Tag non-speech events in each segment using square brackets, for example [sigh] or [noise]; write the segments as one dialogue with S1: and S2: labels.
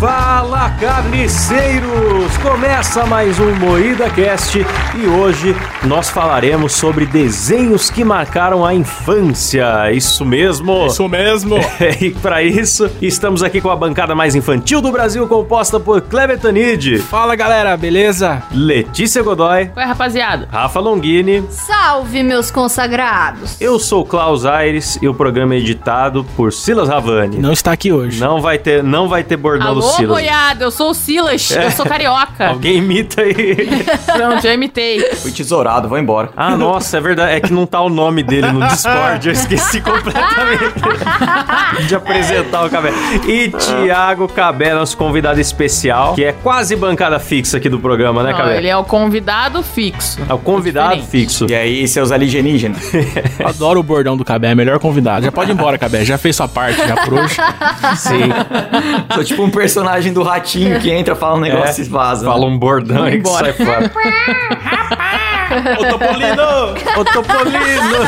S1: Fala carniceiros! Começa mais um Moída Cast e hoje nós falaremos sobre desenhos que marcaram a infância. Isso mesmo.
S2: Isso mesmo.
S1: [laughs] e para isso, estamos aqui com a bancada mais infantil do Brasil, composta por Kleber Tanid,
S2: Fala galera, beleza?
S1: Letícia Godoy,
S3: Ué, é, rapaziada,
S1: Rafa Longini,
S4: Salve, meus consagrados!
S1: eu sou o Klaus Aires e o programa é editado por Silas Ravani.
S2: Não está aqui hoje.
S1: Não vai ter, não vai ter bordão do
S3: alô
S1: Silas. É.
S3: boiada, eu sou o Silas, eu
S1: [laughs]
S3: sou carioca.
S1: Alguém imita aí.
S3: Não,
S1: [laughs]
S3: já imitei.
S5: Fui tesourado, vou embora.
S3: [laughs]
S1: Ah, nossa, é verdade. É que não tá o nome dele no Discord. Eu
S3: [laughs]
S1: esqueci completamente [laughs] de apresentar o Cabé. E Thiago Cabé, nosso convidado especial, que é quase bancada fixa aqui do programa, né,
S3: Não,
S1: Cabé?
S3: ele é o convidado fixo.
S1: É o convidado
S3: Diferente.
S1: fixo.
S5: E aí, seus alienígenas?
S2: Adoro o bordão do Cabé, é melhor convidado. Já pode ir embora, Cabé. Já fez sua parte, já [laughs] frouxa.
S1: Sim.
S5: [laughs] Sou tipo um personagem do ratinho que entra, fala um negócio e vaza.
S1: Fala um bordão aí que sai
S3: embora.
S1: fora. [laughs] Ô Topolino! Ô Topolino!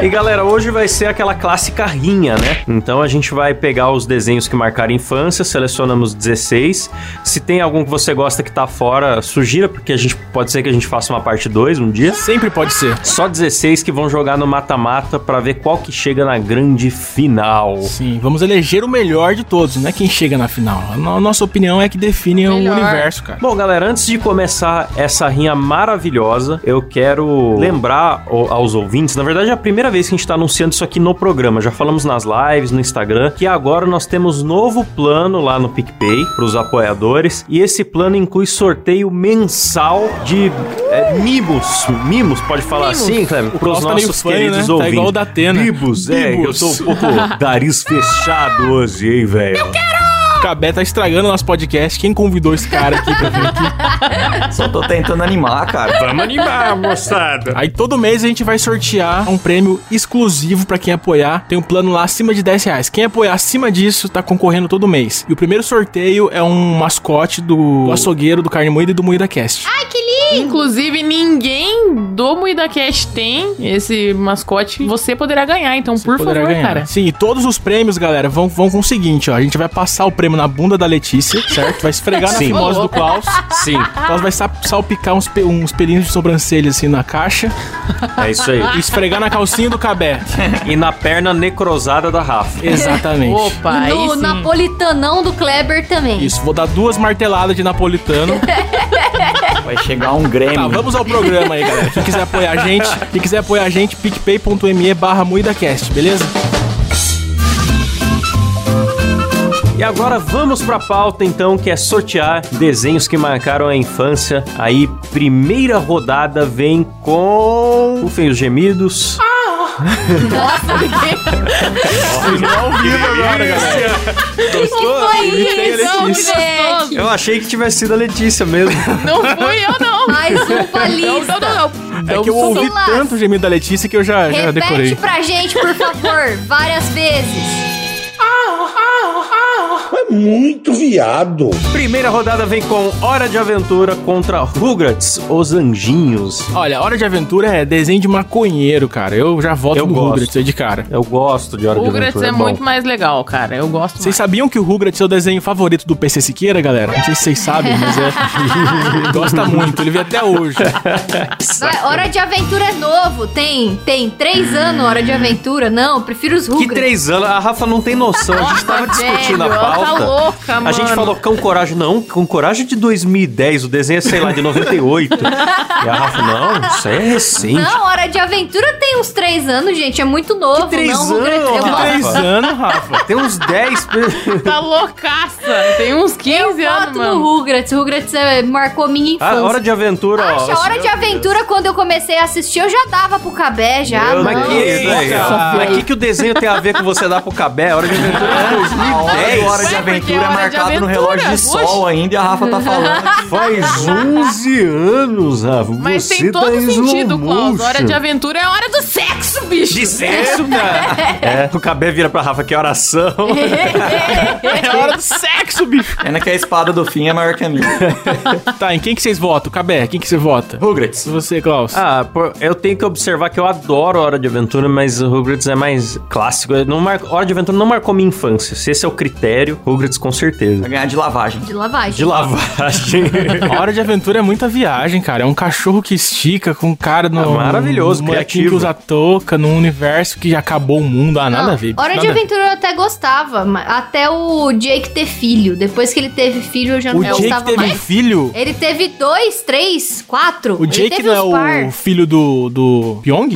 S1: E galera, hoje vai ser aquela clássica rinha, né? Então a gente vai pegar os desenhos que marcaram a infância, selecionamos 16. Se tem algum que você gosta que tá fora, sugira, porque a gente pode ser que a gente faça uma parte 2 um dia.
S2: Sempre pode ser.
S1: Só 16 que vão jogar no mata-mata pra ver qual que chega na grande final.
S2: Sim, vamos eleger o melhor de todos, não é quem chega na final. A no- nossa opinião é que define o
S3: Melhor.
S2: universo, cara.
S1: Bom, galera, antes de começar essa rinha maravilhosa, eu quero lembrar o- aos ouvintes, na verdade é a primeira vez que a gente tá anunciando isso aqui no programa, já falamos nas lives, no Instagram, que agora nós temos novo plano lá no PicPay pros apoiadores, e esse plano inclui sorteio mensal de é, mimos, mimos, pode falar
S3: Mimos.
S1: assim, Cleber? Pros
S2: Klaus tá meio
S1: nossos
S2: fã,
S1: queridos
S2: né? Tá
S1: ouvintes.
S2: igual o da Atena.
S1: Mimos, é, eu
S2: Mimos.
S1: tô um
S2: [laughs]
S1: pouco nariz fechado hoje, hein, velho?
S2: O Cabé tá estragando nosso podcast. Quem convidou esse cara aqui pra vir aqui?
S5: Só tô tentando animar, cara.
S1: Vamos animar, moçada.
S2: Aí todo mês a gente vai sortear um prêmio exclusivo pra quem apoiar. Tem um plano lá acima de 10 reais. Quem apoiar acima disso tá concorrendo todo mês. E o primeiro sorteio é um mascote do, do açougueiro, do Carne Moída e do Moída Cast.
S1: Hum.
S3: Inclusive, ninguém do Moída Cash tem esse mascote. Você poderá ganhar, então, por
S2: poderá
S3: favor,
S2: ganhar.
S3: cara.
S2: Sim, e todos os prêmios, galera, vão, vão com o seguinte, ó. A gente vai passar o prêmio na bunda da Letícia, certo? Vai esfregar na
S1: Sim.
S2: fimose do Klaus.
S1: Sim,
S2: O Klaus vai sap- salpicar uns, pe- uns pelinhos de sobrancelha, assim, na caixa.
S1: é isso aí.
S2: E esfregar na calcinha
S1: [laughs]
S2: do Cabé.
S1: e na perna necrosada da Rafa.
S2: Exatamente.
S3: Opa, aí
S4: E no
S3: sim.
S4: napolitanão do Kleber também.
S2: Isso, vou dar duas marteladas
S1: [laughs]
S2: de napolitano.
S5: Vai chegar um
S2: Tá,
S5: Grêmio.
S2: vamos ao programa aí, galera. Quem quiser apoiar a gente, quem quiser apoiar a gente, picpay.me barra MuidaCast, beleza?
S1: E agora vamos pra pauta então, que é sortear desenhos que marcaram a infância. Aí, primeira rodada vem com. Rufem os gemidos.
S4: Foi isso,
S3: Letícia.
S4: moleque!
S1: Eu achei que tivesse sido a Letícia [laughs] mesmo.
S3: Não fui eu,
S1: [laughs]
S3: não.
S4: Mais um
S3: Não, não,
S4: palista.
S3: não, não.
S2: É
S3: Não
S2: que eu
S3: sou-
S2: ouvi
S4: Silas.
S2: tanto o gemido da Letícia que eu já, já
S4: Repete
S2: decorei.
S4: pra gente, por favor, várias vezes.
S1: Primeira rodada vem com Hora de Aventura contra Rugrats, os Anjinhos.
S2: Olha, Hora de Aventura é desenho de maconheiro, cara. Eu já voto
S1: Eu
S2: no
S1: gosto.
S2: Rugrats aí de cara.
S1: Eu gosto Tá de Hora
S3: O
S1: de Aventura.
S3: Grats é
S1: bom.
S3: muito mais legal, cara. Eu gosto
S2: Vocês
S3: mais.
S2: sabiam que o Rugrats é o desenho favorito do PC Siqueira, galera? Não sei se vocês sabem,
S1: [laughs]
S2: mas é. Gosta muito, ele vê até hoje.
S4: Vai, Hora de Aventura é novo. Tem, tem três anos Hora de Aventura. Não, prefiro os
S1: Que
S4: Rugrats.
S1: três anos? A Rafa não tem noção. A gente tava discutindo
S3: velho,
S1: a
S3: ela
S1: pauta.
S3: tá louca,
S1: A
S3: mano.
S1: gente falou Cão Coragem. Não, Cão Coragem é de 2010. O desenho é, sei lá, de 98. e a Rafa, não, isso aí é recente.
S4: Não, Hora de Aventura tem uns três anos, gente. É muito novo.
S1: três
S4: não, é Rugrats.
S1: anos,
S4: Eu
S1: Rafa?
S4: voto-
S2: Três anos, Rafa.
S1: Tem uns 10.
S3: [laughs]
S1: pe-
S3: Tá loucaça. Tem uns 15
S4: voto
S3: anos,
S4: no
S3: mano.
S4: Rugrats. Rugrats é, marcou minha infância.
S1: A Ah, hora de aventura, ó.
S4: Acha, Hora de Aventura, quando eu comecei a assistir, eu já dava pro Cabé, já.
S1: Meu
S4: mano.
S1: Mas que
S3: é
S1: isso,
S2: Nossa,
S1: velho?
S2: velho.
S1: Mas que, que o desenho tem a ver com você dar pro cabé? Hora de aventura é
S5: A hora, do
S1: 2010.
S5: hora
S3: Ué,
S5: de
S3: porque
S5: aventura
S3: é
S5: é
S3: Hora de
S5: marcado no
S3: Aventura,
S5: relógio de
S3: oxe.
S5: sol ainda e a Rafa
S1: [laughs]
S5: tá falando.
S1: Faz 11 anos, Rafa.
S3: Mas
S1: você
S3: tem todo
S1: tá em
S3: sentido,
S1: slow
S3: Klaus. Hora de
S1: motion.
S3: aventura é hora do sexo, bicho.
S1: De sexo,
S3: [laughs]
S1: cara. É, o cabé vira pra Rafa, que oração. [laughs]
S2: É hora do sexo, bicho.
S5: Pena que a espada do fim é maior que a minha.
S2: Tá, em quem que vocês votam? Cabé, quem que você vota?
S5: Rugrats.
S2: Você, Klaus.
S1: Ah, pô, eu tenho que observar que eu adoro Hora de Aventura, mas o Rugrats é mais clássico. Eu Não mar... Hora de Aventura não marcou minha infância. Se esse é o sério. Rugrats com certeza.
S5: Vai ganhar de lavagem.
S4: De lavagem.
S1: De lavagem.
S2: A Hora de Aventura é muita viagem, cara. É um cachorro que estica com um cara no.
S1: É maravilhoso,
S2: um molequinho
S1: criativo.
S2: que usa touca num universo que já acabou o mundo. Ah, nada
S4: Não,
S2: a ver.
S4: Hora de
S2: nada a ver.
S4: Aventura eu até gostava, mas até o Jake ter filho. Depois que ele teve filho, né? eu já
S2: O
S4: não
S2: Jake
S4: gostava
S2: teve um
S4: mais.
S2: filho.
S4: Ele teve dois, três, quatro.
S2: O Jake
S4: ele teve
S2: não é
S4: uns par. [laughs] É,
S2: o filho do, do Pyong?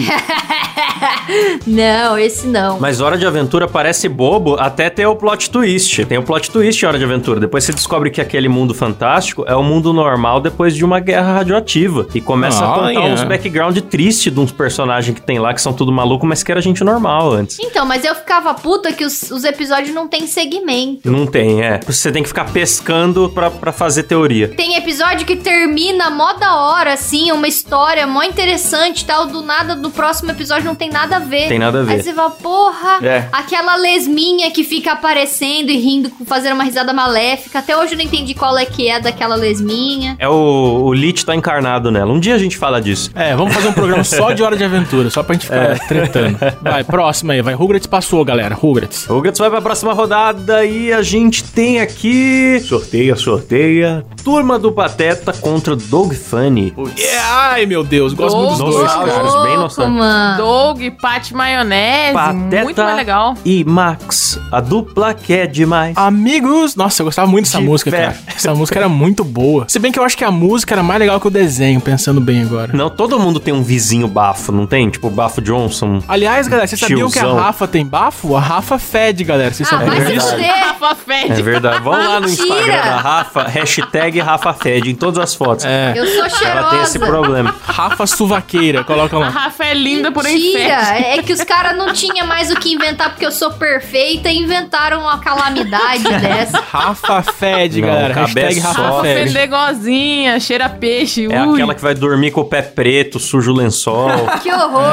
S4: Não, esse
S1: [laughs]
S4: não.
S1: Mas Hora de Aventura parece bobo até ter o plot twist. Tem o plot twist em Hora de Aventura. Depois você descobre que aquele mundo fantástico é o mundo normal depois de uma guerra radioativa. E começa a
S2: Olha.
S1: contar uns background triste de uns personagens que tem lá que são tudo maluco, mas que era gente normal antes.
S4: Então, mas eu ficava puta que os, os episódios não tem segmento.
S1: Não tem, é. Você tem que ficar pescando pra, pra fazer teoria.
S4: Tem episódio que termina mó da hora, assim, uma história mó interessante e tal. Do nada, do próximo episódio não tem nada a ver.
S1: Tem nada a
S4: Aí
S1: ver.
S4: você fala, porra,
S5: É.
S4: aquela lesminha que fica aparecendo e rindo, fazendo uma risada maléfica. Até hoje eu não entendi qual é que é daquela lesminha.
S1: É o, o Lich tá encarnado nela. Um dia a gente fala disso.
S2: É, vamos fazer um programa só de Hora de Aventura, só pra gente ficar
S1: É.
S2: tretando. Vai, próxima aí, vai. Rugrats passou, galera. Rugrats.
S1: Rugrats vai pra próxima rodada e a gente tem aqui. Sorteia, sorteia. Turma do Pateta contra Dog Funny.
S2: É, ai, meu Deus, gosto muito dos dois.
S1: Nossa,
S4: Ô,
S1: cara,
S4: louco,
S1: bem nostálgico.
S4: mano.
S3: Doug, Pat Maionese.
S1: Pateta
S3: Muito mais legal.
S4: [laughs]
S1: e Max. A dupla que é demais.
S2: Amigos, nossa, eu gostava muito dessa
S1: De
S2: música,
S1: pé.
S2: cara. Essa música era muito boa. Se bem que eu acho que a música era mais legal que o desenho, pensando bem agora.
S1: Não, todo mundo tem um vizinho bafo, não tem? Tipo, Bafo Johnson.
S2: Aliás, galera, vocês sabiam que a
S1: Tiozão.
S2: Rafa tem bafo? A Rafa fede, galera. Vocês
S4: Ah,
S2: sabiam
S4: vai se
S1: verdade.
S2: disso?
S4: fuder.
S3: Rafa Fede.
S1: É verdade. Vão lá no
S4: Mentira!
S1: Instagram da Rafa, hashtag Rafa Fed em todas as fotos.
S2: É.
S4: Eu sou
S1: Ela tem esse
S4: cheirosa.
S1: problema.
S2: Rafa Suvaqueira, colocam
S3: A [laughs]
S2: lá.
S3: Rafa é linda, porém fede.
S4: Mentira, é que os caras não tinham mais o que inventar porque eu sou perfeita e inventaram
S1: [laughs]
S4: uma calamidade dessa.
S2: Rafa fede,
S1: Não,
S2: galera. Hashtag
S1: cabeça
S2: Rafa
S1: só.
S3: Rafa
S2: fede.
S3: fedegosinha, cheira a peixe.
S1: É
S3: ui.
S1: aquela que vai dormir com o pé preto, sujo o lençol.
S4: Que
S1: É.
S4: horror.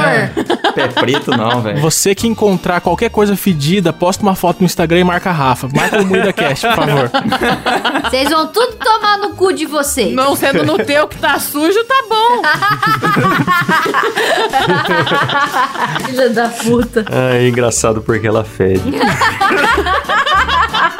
S5: Pé preto não, velho.
S2: Você que encontrar qualquer coisa fedida, posta uma foto no Instagram e marca a Rafa. Marca o MuidaCast, por favor.
S4: Vocês vão tudo tomar no cu de vocês.
S3: Não sendo no teu que tá sujo, tá bom.
S4: [laughs] Filha da puta.
S1: Ah, é engraçado porque ela fede.
S3: [laughs]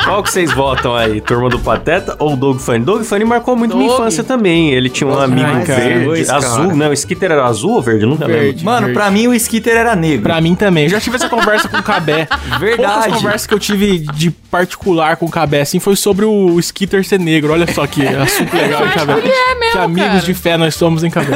S1: Qual que vocês votam aí? Turma do Pateta ou Dog Funny? Dog Funny marcou muito minha
S3: Dog.
S1: infância também. Ele tinha um
S5: Nossa,
S1: amigo
S2: ai, cara,
S1: verde,
S5: dois, cara.
S1: azul, né? O Skitter era azul ou verde? Eu Nunca lembro.
S5: [laughs]
S2: Verde.
S5: Mano, pra mim o Skitter era negro.
S2: Pra mim também. Eu já tive essa conversa com o Cabé. Poucas
S5: Verdade.
S2: conversas que eu tive de particular com o Cabé, assim, foi sobre o Skitter ser negro. Olha só que assunto legal, hein,
S3: acho
S2: Cabé.
S3: que ele é mesmo,
S2: que amigos
S3: cara.
S2: de fé nós somos, hein, Cabé.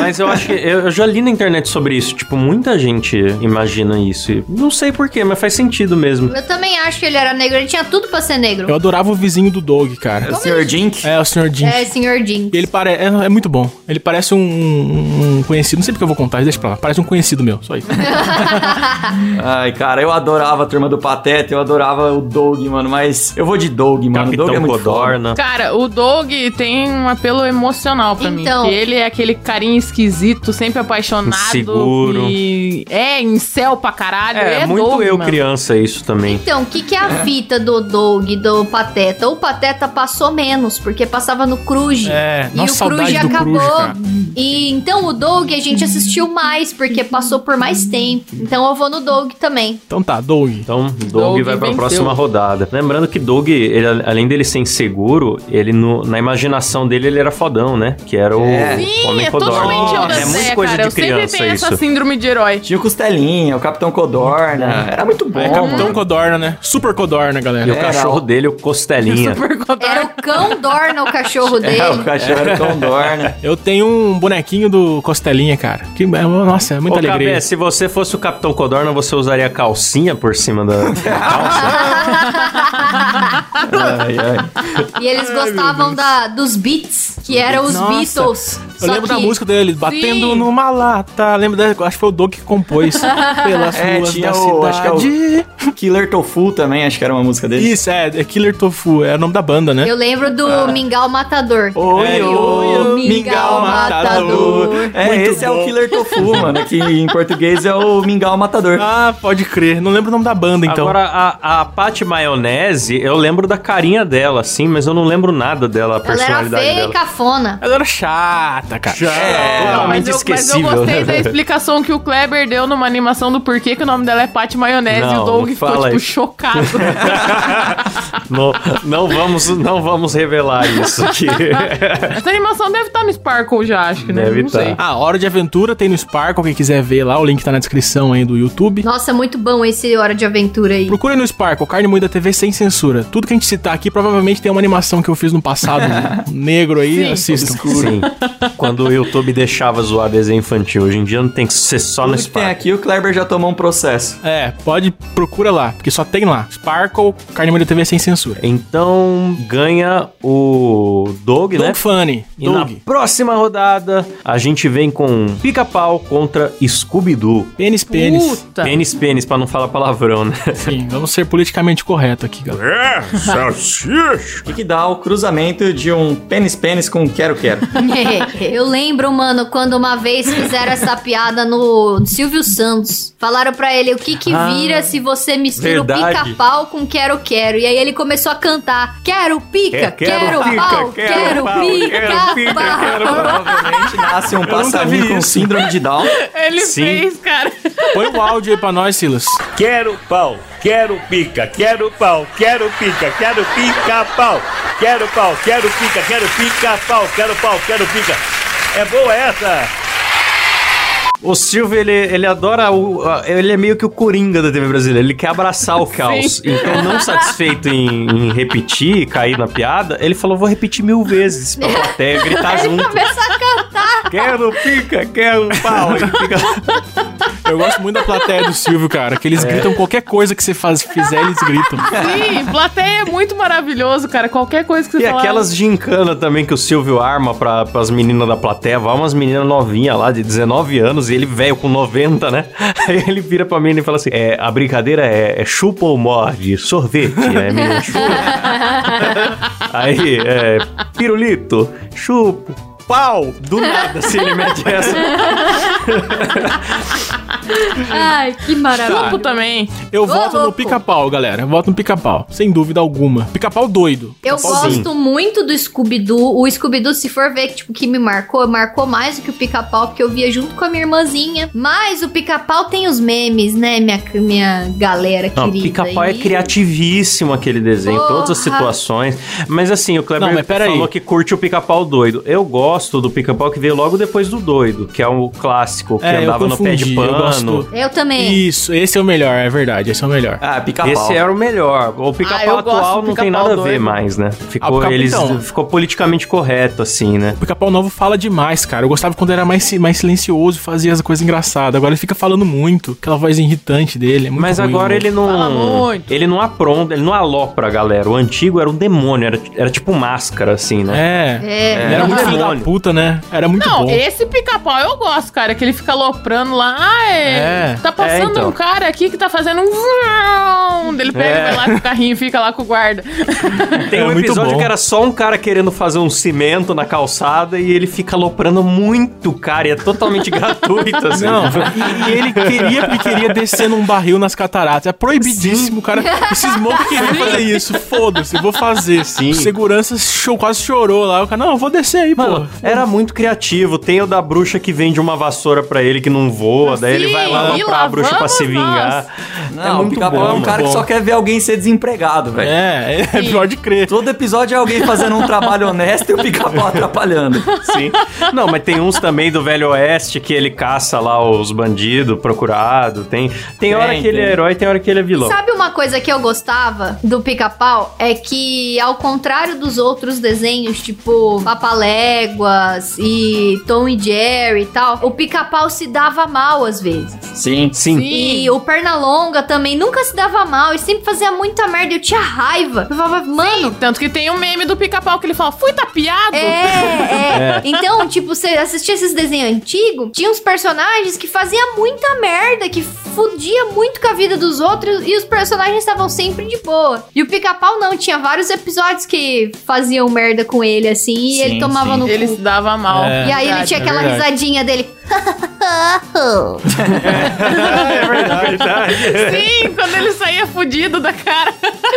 S1: Mas eu acho que. Eu, eu já li na internet sobre isso. Tipo, muita gente imagina isso. E Não sei porquê, mas faz sentido mesmo.
S4: Eu também acho que ele era negro, ele tinha tudo pra ser negro.
S2: Eu adorava o vizinho do Dog,
S5: É o
S2: cara.
S5: Sr. Jink.
S2: É, o Sr. Jim.
S4: É, senhor Jim.
S2: E Ele parece. É, é muito bom. Ele parece um, um- um conhecido. Não sei porque eu vou contar, deixa pra lá. Parece um conhecido meu, só isso.
S5: Ai, cara, eu adorava a turma do Pateta, eu adorava o Doug, mano, mas eu vou de Doug, mano.
S1: Capitão
S5: Doug é muito foda.
S1: Codorna.
S3: Cara, o Doug tem um apelo emocional pra
S4: Então.
S3: mim. que Ele é aquele carinho esquisito, sempre apaixonado.
S1: Inseguro.
S3: E é em céu pra caralho.
S1: É,
S3: É,
S1: muito
S3: Doug,
S1: eu
S3: mano.
S1: criança isso também.
S4: Então, o que, que é a fita do Doug, do Pateta? O Pateta passou menos, porque passava no Cruz.
S2: É,
S4: e
S2: nossa,
S4: o Cruz
S2: saudade do
S4: acabou.
S2: Cruz, cara.
S4: e então o Doug a gente assistiu mais, porque passou por mais tempo. Então eu vou no Doug também.
S2: Então tá, Doug.
S1: Então, Doug,
S3: Doug
S1: vai pra
S3: venceu.
S1: próxima rodada. Lembrando que Doug, ele, além dele ser inseguro, ele no- na imaginação dele ele era fodão, né? Que era o
S5: É.
S3: Sim,
S1: homem
S3: é
S1: codorna.
S3: totalmente eu da
S1: é muito
S3: Zé,
S1: coisa
S3: cara.
S1: de
S3: eu sempre
S1: criança
S3: tenho
S1: isso.
S3: essa síndrome de herói. [laughs]
S5: Tinha o Costelinha, o Capitão Codorna, era muito bom.
S2: É Capitão
S5: mano.
S2: Codorna, né? Super Codorna,
S1: E
S2: galera.
S1: o
S5: Era.
S1: cachorro dele, o Costelinha.
S3: Super
S4: Era
S3: codorna.
S4: o cão Dorna, o cachorro dele.
S5: É, o cachorro era Codorna.
S2: [laughs] Eu tenho um bonequinho do Costelinha, cara. Que, é- nossa, é muita
S1: Ô,
S2: alegria.
S1: Cabé, se você fosse o Capitão Codorna, você usaria calcinha por cima da calça?
S5: Ai, ai.
S4: E eles gostavam da, dos beats, que eram os
S2: Nossa.
S4: Beatles.
S2: Eu
S4: Só
S2: lembro
S4: que-
S2: da música dele, batendo numa lata. Lembro da. Acho que foi o Doug que compôs.
S4: [laughs]
S2: Pelas
S5: É,
S2: ruas
S5: tinha
S2: da
S5: o- acho que é o-
S2: cidade.
S5: Killer Tofu também, acho que era uma música dele.
S2: Isso, é, é Killer Tofu. É o nome da banda, né?
S4: Eu lembro do Mingau Matador.
S5: Oi,
S2: É,
S5: oi, Mingau Matador. É,
S2: Muito
S5: esse é
S2: bom.
S5: o
S2: [laughs]
S5: Killer Tofu, mano, que em português é o Mingau Matador.
S2: Ah, pode crer. Não lembro o nome da banda, então.
S1: Agora, a, a Paty Maionese, eu lembro da carinha dela, assim, mas eu não lembro nada dela, a
S4: Ela era
S1: personalidade
S4: feia e
S1: dela.
S4: cafona.
S2: Ela era chata, chata, cara.
S5: É,
S1: totalmente
S3: mas, eu, mas eu
S1: esquecível. [laughs]
S3: gostei da explicação que o Kleber deu numa animação do porquê que o nome dela é Pat Maionese
S1: Não,
S3: e o Doug
S1: não
S3: ficou,
S1: fala
S3: tipo,
S1: isso. [laughs]
S3: chocado.
S1: não, não vamos, não vamos revelar isso
S3: [laughs]
S1: aqui.
S3: Essa animação deve estar no Sparkle já, acho que, né?
S1: Deve
S3: não
S1: tá.
S3: sei.
S2: Ah, Hora de Aventura tem no Sparkle, quem quiser ver lá, o link tá na descrição aí do YouTube.
S4: Nossa, muito bom esse Hora de
S2: [laughs]
S4: Aventura aí.
S2: Procure no Sparkle, Carne Moída TV sem censura. Tudo que a gente citar aqui provavelmente tem uma animação que eu fiz no
S4: [laughs]
S2: passado negro aí,
S3: Sim.
S2: assistam.
S1: Sim. Quando o YouTube deixava zoar desenho infantil, hoje em dia não tem que ser só no
S5: Tudo que tem
S1: Spark.
S5: aqui, o Kleber já tomou um processo.
S2: É, pode, procura lá, porque só tem lá. Sparkle, Carne Moída TV sem censura.
S1: Então ganha o Doug, né?
S2: Doug Funny,
S1: E na
S2: Doug,
S1: próxima rodada, a gente vem com Pica-Pau contra Scooby-Doo.
S2: Pênis Pênis.
S5: Tá.
S3: Puta.
S1: Pênis, pênis, pra não falar palavrão, né?
S2: Sim, vamos ser politicamente correto aqui, galera.
S6: É,
S5: O que, que dá o cruzamento de um pênis-pênis com
S2: [laughs]
S5: um quero-quero?
S4: Eu lembro, mano, quando uma vez fizeram essa piada no Silvio Santos. Falaram pra ele o que que vira se você mistura
S1: verdade.
S4: o pica-pau com quero-quero. E aí ele começou a cantar: Quero pica,
S1: É,
S4: quero, pau, quero,
S1: pau,
S4: pica, pau.
S5: Provavelmente nasce um
S2: vi
S5: passarinho com
S2: isso.
S5: síndrome de Down.
S3: Ele
S1: Sim.
S3: fez, cara.
S2: Põe o áudio aí pra nós, Silas.
S6: Quero pau, quero pica, quero pau, quero pica, quero pica pau, quero pau, quero pica, quero pica pau, quero pau, quero pica. É boa essa?
S1: O Silvio, ele, ele adora o. a- Ele é meio que o coringa da TV brasileira. Ele quer
S5: [laughs]
S1: abraçar o caos. Então, não satisfeito em, em repetir, cair na piada, ele falou: vou repetir mil vezes
S5: [laughs]
S1: pra plateia gritar junto.
S4: [laughs] Começou a cantar.
S1: Quero pica, quero um pau. Ele fica-
S2: Eu gosto muito da plateia do Silvio, cara, que
S1: É.
S2: eles gritam qualquer coisa que você faz, fizer, eles gritam.
S3: Sim, plateia é muito maravilhoso, cara. Qualquer coisa que
S1: [laughs]
S3: você
S1: E
S3: falar...
S1: aquelas gincana também que o Silvio arma pra, pras meninas da plateia. Vai umas meninas novinhas lá, de 19 anos, e ele velho com 90, né? [laughs] Aí ele vira pra menina e fala assim: é, a brincadeira é, é chupa ou morde, sorvete, né? Menina, chupa. Aí, é, pirulito, chupa. Pau! Do nada, se ele mete essa.
S4: Ai, que
S1: Ah,
S4: maravilha.
S1: é
S3: Chupo também.
S2: Eu
S4: Ô,
S2: voto no
S4: louco.
S2: pica-pau, galera. Eu voto no pica-pau. Sem dúvida alguma. Pica-pau doido.
S4: Eu
S1: Pica-pauzinho.
S4: gosto muito do Scooby-Doo. O Scooby-Doo, se for ver, tipo, que me marcou, marcou mais do que o Pica-Pau, porque eu via junto com a minha irmãzinha. Mas o Pica-Pau tem os memes, né, minha, minha galera
S1: Não,
S4: querida.
S1: pica-pau é
S4: E-
S1: criativíssimo aquele desenho,
S4: Porra.
S1: todas as situações. Mas assim, o Kleber
S2: Não, mas pera aí.
S1: falou que curte o pica-pau doido. Eu gosto do pica-pau que veio logo depois do doido, que é o clássico, que
S2: É, eu
S1: andava no pé de
S2: confundi, eu
S1: pano.
S2: gosto.
S4: Eu também.
S2: Isso, esse é o melhor, é verdade, esse é o melhor.
S5: Ah, pica-pau.
S1: Esse era o melhor. O
S3: Ah, eu
S1: pica-pau
S3: gosto
S1: atual
S3: do
S1: não tem
S3: pica-pau
S1: nada a ver
S3: doido.
S1: mais, né? Ficou,
S2: pica-
S1: eles,
S2: Ah, então.
S1: ficou politicamente correto, assim, né?
S2: O pica-pau novo fala demais, cara. Eu gostava quando era mais, si- mais silencioso, fazia as coisas engraçadas. Agora ele fica falando muito, aquela voz irritante dele. é muito
S1: Mas
S2: ruim,
S1: agora
S2: né?
S1: ele
S3: Fala
S1: não.
S3: muito.
S1: Ele não apronta, ele não alopra a galera. O antigo era um demônio, era, era tipo máscara, assim, né?
S2: É.
S4: É.
S2: Ele era
S1: É.
S2: muito filho da
S1: Demônio.
S2: puta, né? Era muito
S3: Não,
S2: bom.
S3: esse pica-pau eu gosto, cara, que ele fica loprando lá. Ah, é,
S2: É,
S3: tá passando
S1: é, então.
S3: um cara aqui que tá fazendo um vrão. Daí Ele pega
S1: É.
S3: e vai lá com o carrinho e fica lá com o guarda.
S1: Tem
S2: É
S1: um
S2: muito
S1: episódio
S2: bom.
S1: que era só um cara querendo fazer um cimento na calçada e ele fica aloprando muito, cara, e é totalmente [laughs] gratuito, assim.
S2: Não, e, e ele queria porque queria descer num barril nas cataratas. É proibidíssimo, o cara. Esses moços queriam fazer isso. Foda-se, eu vou fazer.
S1: Sim.
S2: O segurança cho- quase chorou lá. O cara, não, eu vou descer aí,
S1: Mano,
S2: pô.
S1: Tipo, era muito criativo. Tem o da bruxa que vende uma vassoura pra ele que não voa, daí ele
S3: Sim,
S1: vai lá
S3: e
S1: comprar
S3: lá
S1: a bruxa pra
S3: vamos
S1: se
S3: nós.
S1: vingar.
S5: Não, o pica-pau é um
S1: mano.
S5: cara que só quer ver alguém ser desempregado, velho.
S2: É, é pior de crer.
S5: Todo episódio é alguém fazendo um trabalho honesto e o pica-pau [laughs] atrapalhando.
S1: Sim. Não, mas tem uns também do Velho Oeste que ele caça lá os bandidos, procurado. Tem, tem, hora que ele é
S5: tem.
S1: herói, tem hora que ele é vilão. [laughs]
S4: Sabe uma coisa que eu gostava do pica-pau? É que, ao contrário dos outros desenhos, tipo Papaléguas e Tom e Jerry e tal, o pica-pau se dava mal às vezes.
S5: Sim.
S1: Sim.
S4: E o Pernalonga também nunca se dava mal e sempre fazia muita merda. Eu tinha raiva. Eu falava, mano.
S3: Tanto que tem um meme do pica-pau que ele fala, fui tapeado.
S4: É, é. Então, tipo, você assistia esses desenhos antigos, tinha uns personagens que faziam muita merda, que fudia muito com a vida dos outros e os personagens estavam sempre de boa. E o pica-pau não, tinha vários episódios que faziam merda com ele, assim, e
S5: Sim,
S4: ele tomava
S5: sim.
S3: [laughs]
S4: no
S3: Ele
S4: cu.
S3: se dava mal.
S4: E aí ele
S3: É Verdade.
S4: tinha aquela
S2: verdade.
S4: risadinha dele.
S1: É verdade. É
S3: Sim, quando ele saía fudido da cara.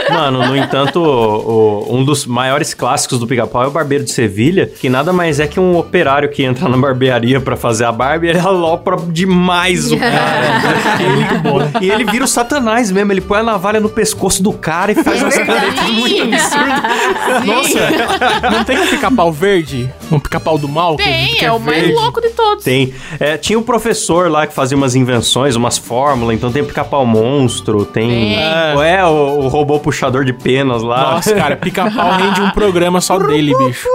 S1: Mano, no entanto, o- o- um dos maiores clássicos do pica-pau é o Barbeiro de Sevilha, que nada mais é que um operário que entra na barbearia pra fazer a barba e ele alopra demais o cara. é muito bom. E ele vira o satanás mesmo, ele põe a navalha no pescoço do cara e faz
S4: É
S1: uma
S4: verdade.
S1: sacanagem muito absurda.
S3: Nossa,
S2: Não tem um pica-pau verde? Um pica-pau do mal? que-
S3: tem,
S2: que
S3: é o mais
S2: verde?
S3: louco de todos.
S1: Tem. É, tinha o professor lá que fazia umas invenções, umas fórmulas, então tem o pica-pau monstro, tem.
S3: Tem.
S1: É, o, o robô puxador de penas lá.
S2: Nossa, cara,
S1: [laughs]
S2: pica-pau rende um programa só dele, bicho.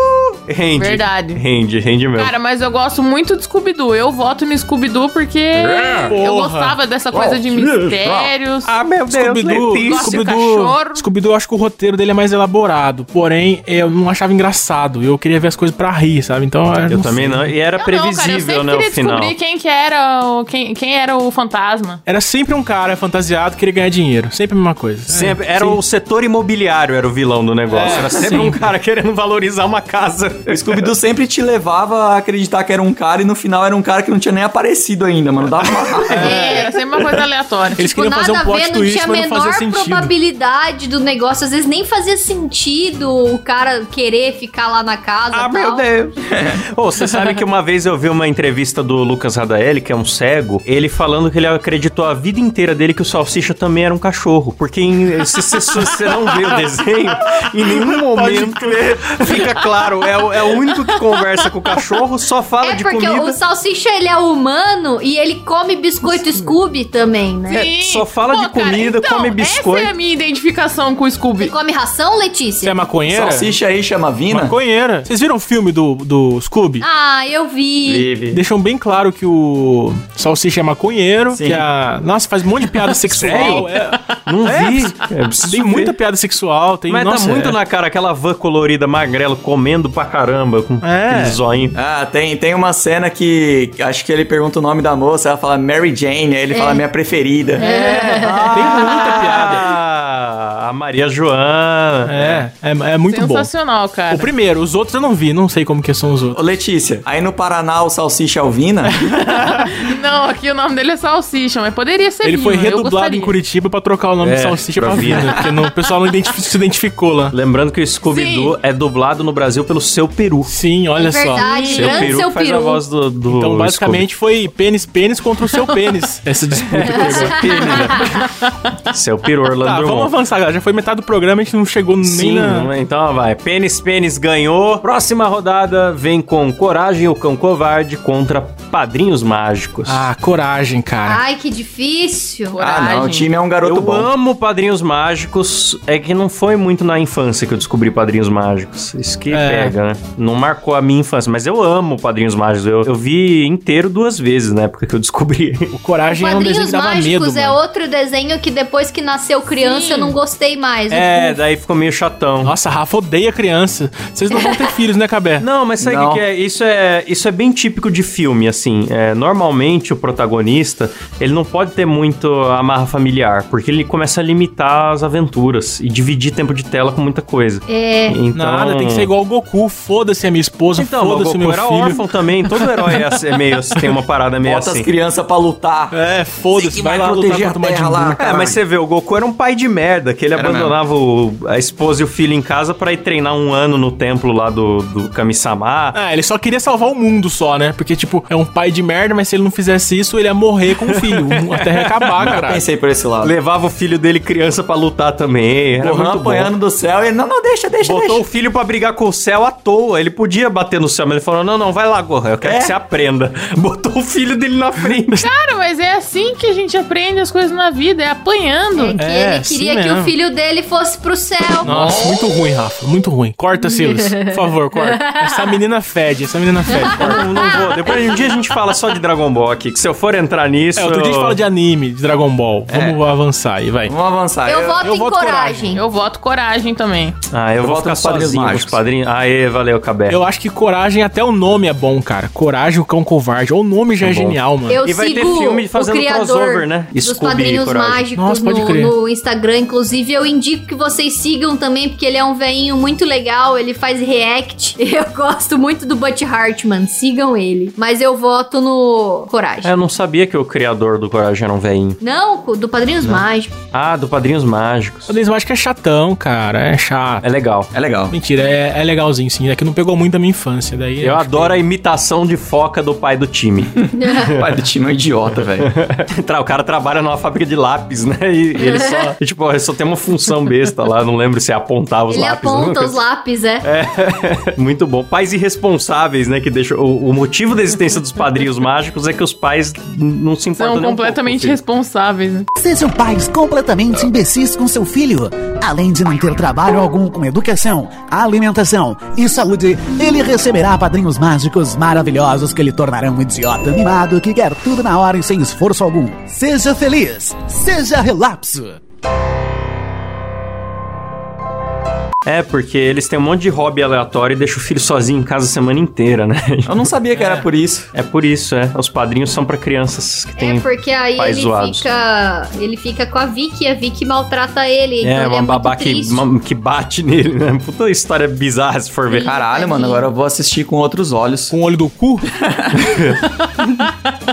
S1: Rende.
S3: Verdade.
S1: Rende, rende mesmo.
S3: Cara, mas eu gosto muito de Scooby-Doo. Eu voto em Scooby-Doo porque
S1: É,
S2: Porra.
S3: eu gostava dessa coisa de mistérios.
S1: Ah, meu
S2: Scooby-Doo,
S3: Gosto de
S2: Scooby-Doo,
S3: cachorro.
S2: Scooby-Doo, eu acho que o roteiro dele é mais elaborado. Porém, eu não achava engraçado. Eu queria ver as coisas pra rir, sabe? Então,
S1: Eu também não. E era
S3: Eu
S1: previsível,
S3: não, cara,
S1: né,
S3: eu sempre queria
S1: o final.
S3: descobrir quem que era o, quem, quem era o fantasma.
S2: Era sempre um cara fantasiado que queria ganhar dinheiro. Sempre a mesma coisa.
S1: Sempre,
S2: É,
S1: era
S2: sim.
S1: o setor imobiliário, era o vilão do negócio.
S5: É,
S1: era sempre um cara querendo valorizar uma
S3: [laughs]
S1: casa.
S5: O Scooby-Doo sempre te levava a acreditar que era um cara e no final era um cara que não tinha nem aparecido ainda, mano. Dava uma raiva.
S3: É, era sempre uma coisa aleatória.
S2: Eles queriam fazer um plot twist,
S4: tinha Tipo, a
S2: mas não fazia
S4: menor
S2: sentido.
S4: probabilidade do negócio. Às vezes nem fazia sentido o cara querer ficar lá na casa. e tal.
S1: Ah, Deus. Ô, você sabe que uma vez eu vi uma entrevista do Lucas Radaeli, que é um cego, ele falando que ele acreditou a vida inteira dele que o Salsicha também era um cachorro. Porque em- se, se- se você não vê o desenho, em nenhum momento fica claro. É, o- é o único que conversa com o cachorro, só fala
S4: É
S1: de
S4: porque
S1: comida.
S4: o salsicha ele é humano e ele come biscoito Scooby também, né?
S1: É, só fala de comida,
S3: então,
S1: come biscoito.
S3: Essa é a minha identificação com o
S4: Você
S3: Scooby.
S4: come ração,
S2: Você é
S4: Letícia?
S2: maconheira?
S5: Salsicha aí chama Vina.
S2: Maconheira. Vocês viram o filme do, do Scooby?
S4: Ah, eu vi.
S5: Vive.
S2: Deixam bem claro que o Salsicha é maconheiro,
S5: Sim.
S2: que a... Nossa, faz um monte de piada sexual. é.
S1: Não
S2: É,
S1: vi.
S2: Tem muita piada sexual, tem...
S1: Mas
S2: nossa,
S1: tá muito
S2: é.
S1: na cara aquela van colorida, magrelo, comendo pra caramba, com
S2: É.
S1: aquele zoinho.
S5: Ah, tem, tem uma cena que acho que ele pergunta o nome da moça, ela fala Mary Jane, aí ele fala minha preferida.
S2: Tem muita piada.
S1: Ah, a Maria Joana.
S2: É, é, é muito bom.
S3: Sensacional, cara.
S2: O primeiro, os outros eu não vi, não sei como que são os outros.
S5: Ô, Letícia, aí no Paraná o Salsicha Alvina,
S3: Não, aqui o nome dele é Salsicha, mas poderia ser
S2: Ele
S3: Lima,
S2: foi
S3: eu
S2: redublado
S3: gostaria.
S2: em Curitiba pra trocar o nome
S1: É,
S2: de Salsicha
S1: pra
S2: pra
S1: Vina.
S2: Vina, porque não- o pessoal não identifi- se identificou lá.
S1: Lembrando que o Scooby-Doo
S3: Sim.
S1: é dublado no Brasil pelo Seu Peru.
S2: Sim, olha só.
S4: Verdade,
S1: Seu
S4: grande
S1: Peru
S4: seu
S1: que faz a
S4: peru.
S1: voz do, do
S2: Então, basicamente, foi pênis, pênis contra o seu pênis. Essa disputa que pegou.
S1: Scooby. [laughs] Seu Peru, Orlando
S2: né? Tá, vamos
S1: Drummond.
S2: avançar, né? galera. Já foi metade do programa, a gente não chegou
S1: Sim,
S2: nem na...
S1: então vai. Pênis, pênis ganhou. Próxima rodada vem com Coragem, o Cão Covarde contra Padrinhos Mágicos.
S2: Ah, coragem, cara.
S4: Ai, que difícil.
S5: ah não, o time é um garoto
S1: Eu
S5: bom.
S1: amo Padrinhos Mágicos. É que não foi muito na infância que eu descobri Padrinhos Mágicos. Isso que
S2: É.
S1: pega, né? Não marcou a minha infância, mas eu amo Padrinhos Mágicos. Eu, eu vi inteiro duas vezes na época que eu
S2: [laughs]
S1: descobri.
S2: O coragem é um desenho
S4: Ah, Quadrinhos
S2: que dava
S4: Mágicos
S2: medo,
S4: é
S2: mano.
S4: outro desenho que depois que nasceu criança
S3: Sim.
S4: eu não gostei mais.
S1: é, [laughs] daí ficou meio chatão.
S2: Nossa, Rafa odeia criança. Vocês não vão
S4: [laughs]
S2: ter filhos, né, Cabé?
S1: Não, mas sabe o
S5: Não.
S1: que é? Isso, é? isso é bem típico de filme, assim. É, normalmente o protagonista, ele não pode ter muito amarra familiar, porque ele começa a limitar as aventuras e dividir tempo de tela com muita coisa.
S4: É.
S1: Então...
S2: Nada, tem que ser igual o Goku. Foda-se a minha esposa,
S1: Então, o
S2: foda-se
S1: Goku
S2: o meu
S1: era
S2: filho.
S1: órfão também, todo herói é assim- é meio, tem uma parada meio
S5: Bota as
S1: assim.
S5: crianças pra lutar.
S2: É,
S5: Sei
S2: foda-se,
S5: que
S2: vai
S5: vai
S2: lá lutar
S5: proteger
S2: contra o
S5: a
S2: Majin
S5: terra
S2: Buu.
S5: lá.
S1: É, mas você vê, o Goku era um pai de merda, que ele
S5: Era
S1: abandonava o- a esposa e o filho em casa pra ir treinar um ano no templo lá do, do Kami-sama.
S2: Ah, ele só queria salvar o mundo só, né? Porque, tipo, é um pai de merda, mas se ele não fizesse isso, ele ia morrer com o
S1: [laughs]
S2: filho. A terra ia acabar,
S5: Eu
S2: cara.
S5: pensei por esse lado.
S1: Levava o filho dele criança pra lutar também, era
S5: Gohan
S1: muito bom.
S5: apanhando do céu e ele, não, não, deixa, deixa,
S1: Botou o
S5: deixa.
S1: filho pra brigar com o céu à toa. Ele podia bater no céu, mas ele falou: Não, não, vai lá, Gohan, eu quero
S5: É?
S1: que você aprenda. [laughs] Botou o filho dele na frente.
S3: Cara, mas é assim que a gente aprende as coisas na vida, é apanhando.
S4: Que
S2: É,
S4: ele queria
S2: sim
S4: que
S2: mesmo.
S4: o filho dele fosse pro céu.
S2: Nossa, muito ruim, Rafa. Muito ruim. Corta, Silas. Por favor, corta. Essa menina fede, essa menina fede.
S1: [laughs]
S2: Corta.
S1: não, não vou. Depois um dia a gente fala só de Dragon Ball aqui, que se eu for entrar nisso.
S2: É, outro dia a gente fala de anime, de Dragon Ball.
S1: É.
S2: Vamos avançar aí, vai.
S5: Vamos avançar.
S4: Eu, voto
S2: eu
S4: em
S2: voto
S4: coragem.
S3: Eu voto coragem também.
S1: Ah, eu,
S5: Eu
S1: vou
S5: voto
S1: ficar
S5: nos Padrinhos
S1: sozinho com os
S5: Mágicos.
S1: padrinhos. Aê, valeu, Cabé.
S2: Eu acho que coragem, até o nome é bom, cara. Coragem, o cão covarde. O nome já é
S1: bom.
S2: genial, mano.
S4: Eu
S1: E vai ter
S4: sigo
S1: filme fazendo
S4: o criador
S1: crossover, né?
S4: dos
S1: Scooby e
S4: Padrinhos
S1: Coragem.
S4: Mágicos
S2: Nossa, pode
S4: no,
S2: crer.
S4: no Instagram. Inclusive, eu indico que vocês sigam também, porque ele é um veinho muito legal, ele faz react. [laughs] Eu gosto muito do Butch Hartman, sigam ele. Mas eu voto no Coragem.
S1: Ah, eu não sabia que o criador do Coragem era um velhinho.
S4: Não, do Padrinhos Mágicos.
S1: Ah, do Padrinhos Mágicos.
S2: O Denis Mágico é chatão, cara. É chato.
S1: É legal.
S5: É [laughs] legal.
S2: Mentira, é, é legalzinho sim. É que não pegou muito a minha infância. Daí é
S1: Eu adoro a imitação de foca do pai do [laughs] time.
S5: O pai do time é um idiota, velho.
S1: Tra- o cara trabalha numa fábrica de lápis, né? E, e ele
S4: [laughs]
S1: só, e, tipo, ele só tem uma função besta lá, não lembro se apontava os
S4: ele
S1: lápis. né?
S4: aponta os lápis, é.
S1: É, [laughs] muito bom. Pais irresponsáveis, né? Que deixam. O, o motivo da existência dos padrinhos mágicos é que os pais n- não se importam.
S3: São
S1: nem um
S3: completamente
S1: pouco,
S3: responsáveis. né?
S7: Sejam pais completamente imbecis com seu filho. Além de não ter trabalho algum com educação, alimentação e saúde, ele receberá padrinhos mágicos maravilhosos que lhe tornarão um idiota mimado que quer tudo na hora e sem esforço algum. Seja feliz, seja relapso.
S1: filho. É, porque eles têm um monte de hobby aleatório e deixam o filho sozinho em casa a semana inteira, né?
S5: Eu não sabia que era por isso.
S1: É por isso, é. Os padrinhos são pra crianças que têm.
S4: É, porque aí
S1: pais
S4: ele
S1: zoados.
S4: fica. Ele fica com a Vicky e a Vicky maltrata ele. então
S1: É,
S4: ele
S1: uma
S4: muito
S1: babá que,
S4: triste.
S1: uma- que bate nele, né? Puta história bizarra se for ver.
S5: Caralho, mano, agora eu vou assistir com outros olhos.
S2: Com o olho do cu?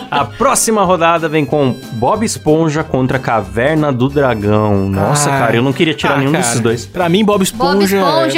S1: A próxima rodada vem com Bob Esponja contra Caverna do Dragão. Nossa,
S2: Ah.
S1: cara, eu não queria tirar
S2: Ah,
S1: nenhum
S2: cara,
S1: desses dois.
S2: Pra mim, Bob Esponja.
S4: Bob Esponja,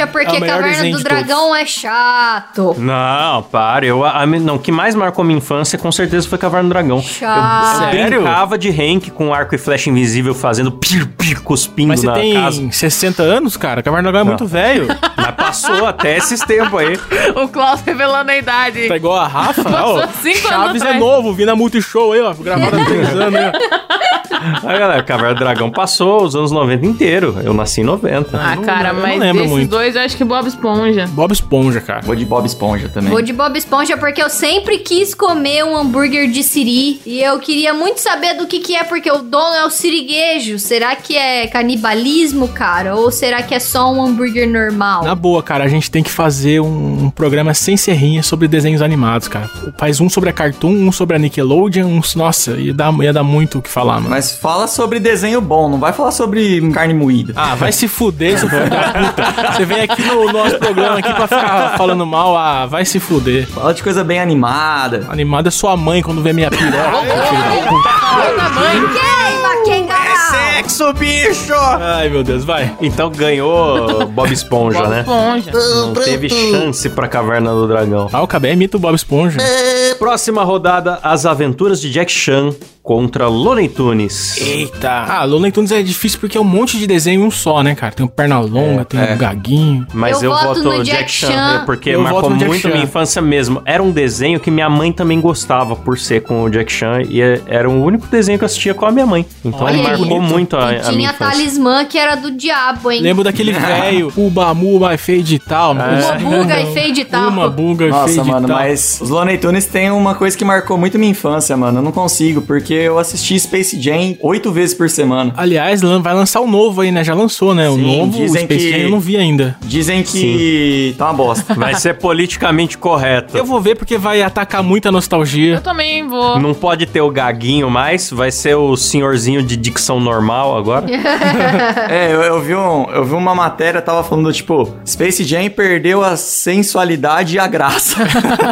S2: é- é
S4: porque
S2: o melhor
S4: Caverna
S2: desenho
S4: do
S2: de todos.
S4: Dragão é chato.
S1: Não, para. Eu, a- a- não, o que mais marcou minha infância com certeza foi Caverna do Dragão.
S4: Chato.
S1: Eu, eu
S2: Sério?
S1: brincava de Hank com arco e flecha invisível fazendo pir, pir, cuspindo
S2: Mas você
S1: na
S2: tem
S1: casa.
S2: 60 anos, cara? Caverna do Dragão é muito velho.
S1: Mas passou até esses tempos aí.
S3: O Klaus revelando a idade.
S2: Tá igual a Rafa?
S3: Passou
S2: ó.
S3: cinco anos
S2: Chaves é
S3: atrás.
S2: novo, vi na Multishow aí, ó.
S4: [laughs]
S2: Gravado há três anos né? aí, ó.
S1: Aí, galera, Caverna do Dragão passou os anos 90 inteiro. Eu nasci em 90.
S3: Ah,
S2: não-
S3: cara,
S2: eu não
S3: mas
S2: lembro
S3: desses
S2: muito.
S3: dois eu acho que Bob Esponja.
S2: Bob Esponja, cara.
S5: Vou de Bob Esponja
S1: Né?
S5: também.
S4: Vou de Bob Esponja porque eu sempre quis comer um hambúrguer de siri e eu queria muito saber do que que é porque o dono é o siriguejo. Será que é canibalismo, cara? Ou será que é só um hambúrguer normal?
S2: Na boa, cara, a gente tem que fazer um, um programa sem serrinha sobre desenhos animados, cara. Faz um sobre a Cartoon, um sobre a Nickelodeon, um... Nossa, ia dar, ia dar muito o que falar, mano.
S5: Mas fala sobre desenho bom, não vai falar sobre carne moída.
S2: Ah, vai se fuder, seu filho da puta. Você vem aqui no nosso programa aqui pra ficar falando mal, ah, vai se fuder.
S5: Fala de coisa bem animada.
S2: Animada é sua mãe quando vê minha piroca. Ah, é filho da puta.
S4: Queima, quem é ganhar?
S1: Sexo, bicho!
S2: Ai, meu Deus, vai.
S1: Então ganhou Bob Esponja,
S3: Bob
S1: né?
S3: Esponja.
S1: Não teve chance pra Caverna do Dragão.
S2: Ah, o Cabé imita o Bob Esponja.
S1: Próxima rodada, As Aventuras de Jack Chan contra Looney Tunes.
S2: Eita. Ah, Looney Tunes é difícil porque é um monte de desenho em um só, né, cara? Tem o Pernalonga, tem o Gaguinho.
S1: Mas eu,
S4: Eu
S1: voto
S4: voto no
S1: Jack,
S4: Jack
S1: Chan,
S4: Chan.
S1: né, porque
S2: Eu
S1: marcou
S2: voto no Jack
S1: muito
S2: Chan.
S1: minha infância mesmo. Era um desenho que minha mãe também gostava por ser com o Jack Chan e é- era o único desenho que eu assistia com a minha mãe. Então
S2: Olha
S1: marcou
S2: aí.
S1: muito a,
S4: E
S1: a minha
S4: tinha
S1: infância.
S4: talismã que era do diabo, hein?
S2: Lembro
S4: [laughs]
S2: daquele velho, Uba Muba é feio de tal.
S4: Uma buga e feio de tal.
S2: Uma buga é feio
S5: Nossa,
S2: de
S5: mano,
S2: tal.
S5: mas os Looney Tunes tem uma coisa que marcou muito minha infância, mano. Eu não consigo, porque eu assisti Space Jam oito vezes por semana.
S2: Aliás, lan- vai lançar o novo aí, né? Já lançou, né? O
S5: Sim,
S2: novo o
S5: dizem
S2: Space
S5: que-
S2: Jam eu não vi ainda.
S5: Dizem que tá uma [laughs] bosta.
S1: Vai ser politicamente correto.
S2: Eu vou ver porque vai atacar muito a nostalgia.
S3: Eu também vou.
S1: Não pode ter o gaguinho mais, vai ser o senhorzinho de dicção normal agora.
S5: é, eu, eu vi um, eu vi uma matéria, tava falando, tipo, Space Jam perdeu a sensualidade e a graça.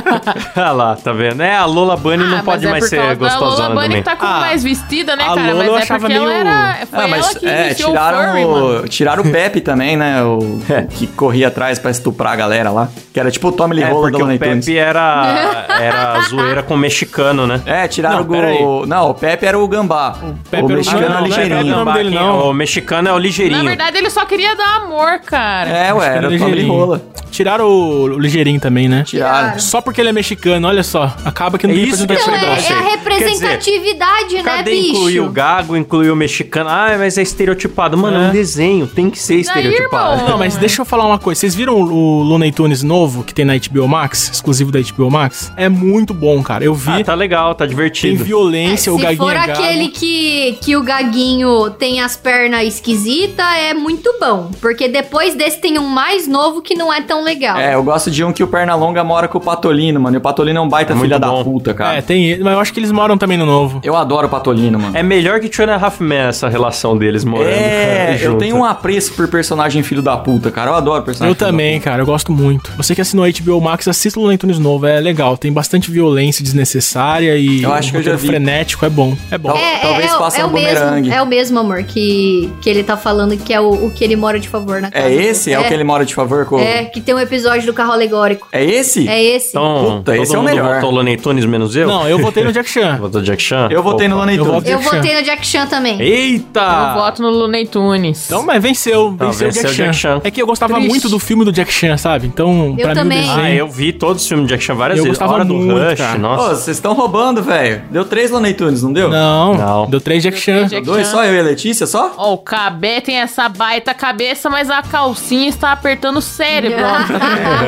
S1: [laughs] Olha lá, tá vendo? É, a Lola Bunny
S3: Ah,
S1: não pode
S3: mas é
S1: mais
S3: por
S1: ser
S3: causa
S1: gostosona
S3: da Lola Bunny
S1: também.
S3: que tá com
S2: Ah,
S3: mais vestida, né,
S2: a
S3: cara?
S2: Lola eu
S3: mas é
S2: achava
S3: porque ela
S2: meio-
S3: era... [laughs] Foi
S5: Ah,
S3: ela que
S5: é,
S3: iniciou o
S5: tiraram,
S3: furry, mano.
S5: o, tiraram
S3: [laughs]
S5: o Pepe também, né? O
S2: É.
S5: que corria atrás pra estuprar a galera lá. Que era tipo o Tommy Lee
S1: É,
S5: Roller do
S1: porque o
S5: Looney Tunes.
S1: Pepe
S3: [laughs]
S1: era, era zoeira com o mexicano, né?
S5: É, tiraram
S2: Não, peraí.
S5: o. Não, o Pepe era o gambá.
S2: Pepe era
S5: o
S2: o
S5: mexicano
S2: gambá. Não,
S5: é o
S2: não é Pepe,
S5: ligeirinho.
S2: não. o nome
S1: Baquinha-
S2: dele, não.
S1: O mexicano é o ligeirinho.
S3: Na verdade, ele só queria dar amor, cara.
S5: É, ué, era o Tommy Lee
S2: Ligeirinho.
S5: Roller.
S2: Tiraram o, o ligeirinho também, né?
S5: Tiraram.
S2: Só porque ele é mexicano, olha só. Acaba que não
S1: É
S2: tem
S1: isso que eu
S4: Então,
S1: Quer
S4: é,
S1: dizer,
S4: é a representatividade,
S3: é
S4: né,
S1: Cadê
S4: bicho?
S1: incluir o gago, incluir o mexicano? Ah, mas é estereotipado. Mano, é, um desenho, tem que ser
S3: Daí,
S1: estereotipado.
S3: irmão.
S2: Não, mas deixa eu falar uma coisa. Vocês viram o Looney Tunes novo que tem na HBO Max? Exclusivo da HBO Max? É muito bom, cara. Eu vi.
S1: Ah, tá legal, tá
S2: Tem
S1: divertido.
S2: violência, o
S4: Se
S2: Gaguinho
S4: for
S2: é gago.
S4: aquele que, que o gaguinho tem as pernas esquisitas, é muito bom. Porque depois desse tem um mais novo que não é tão legal.
S5: É, eu gosto de um que o Pernalonga mora com o Patolino, mano. E o Patolino é um baita
S1: Muito
S5: filha da
S1: bom.
S5: puta, cara.
S2: É, tem ele, mas eu acho que eles moram também no novo.
S5: Eu adoro o Patolino, mano.
S1: É melhor que Two and a Half Men essa relação deles morando. cara,
S5: É, eu
S1: junto.
S5: tenho um apreço por personagem filho da puta, cara. Eu adoro personagem.
S2: Eu
S5: filho da
S2: também, cara, eu gosto muito. Você que assinou HBO Max, assista o Lentunes Novo, é legal. Tem bastante violência desnecessária e
S5: Eu acho que eu já
S2: roteiro
S5: vi.
S2: frenético, é bom. É bom.
S5: Tal- talvez
S4: o-
S5: faça um
S4: o mesmo,
S5: bumerangue.
S4: é o mesmo, amor, que, que ele tá falando que é o, o que ele mora de favor na casa.
S5: É esse? É, o que ele mora de favor com.
S4: É, que tem um episódio do carro alegórico.
S5: É esse?
S4: É esse.
S1: Então,
S5: Puta, esse é o melhor.
S1: votou Looney Tunes menos eu? [laughs]
S2: Não, eu votei no Jack Chan.
S1: Votou Jack Chan?
S5: Eu votei no
S1: Opa.
S5: Looney
S2: Eu
S5: Tunes.
S2: voto-
S4: eu
S2: Jack Chan.
S4: votei no Jack Chan também.
S3: Eu
S1: Eita!
S3: voto no Looney Tunes.
S2: Então, mas venceu,
S1: Tá,
S2: venceu,
S1: venceu
S2: o Jack, Chan.
S1: Jack Chan.
S2: É que eu gostava
S3: Triste.
S2: muito do filme do Jack Chan, sabe? Então,
S4: Eu
S2: pra
S4: também.
S2: mim o desenho...
S1: Ah, eu vi todos os filmes de Jack Chan várias
S2: Eu
S1: vezes.
S2: gostava
S1: Hora do
S2: muito,
S1: Rush,
S2: cara.
S5: Ô,
S1: nossa.
S5: vocês estão roubando, velho. Deu três Looney Tunes, não deu?
S2: Não,
S1: Não.
S2: deu três Jack Chan.
S3: Jack
S5: Dois
S3: Chan.
S5: só, eu e a Letícia só?
S3: Ó, o Cabé tem essa baita cabeça, mas a calcinha está apertando o cérebro. [laughs]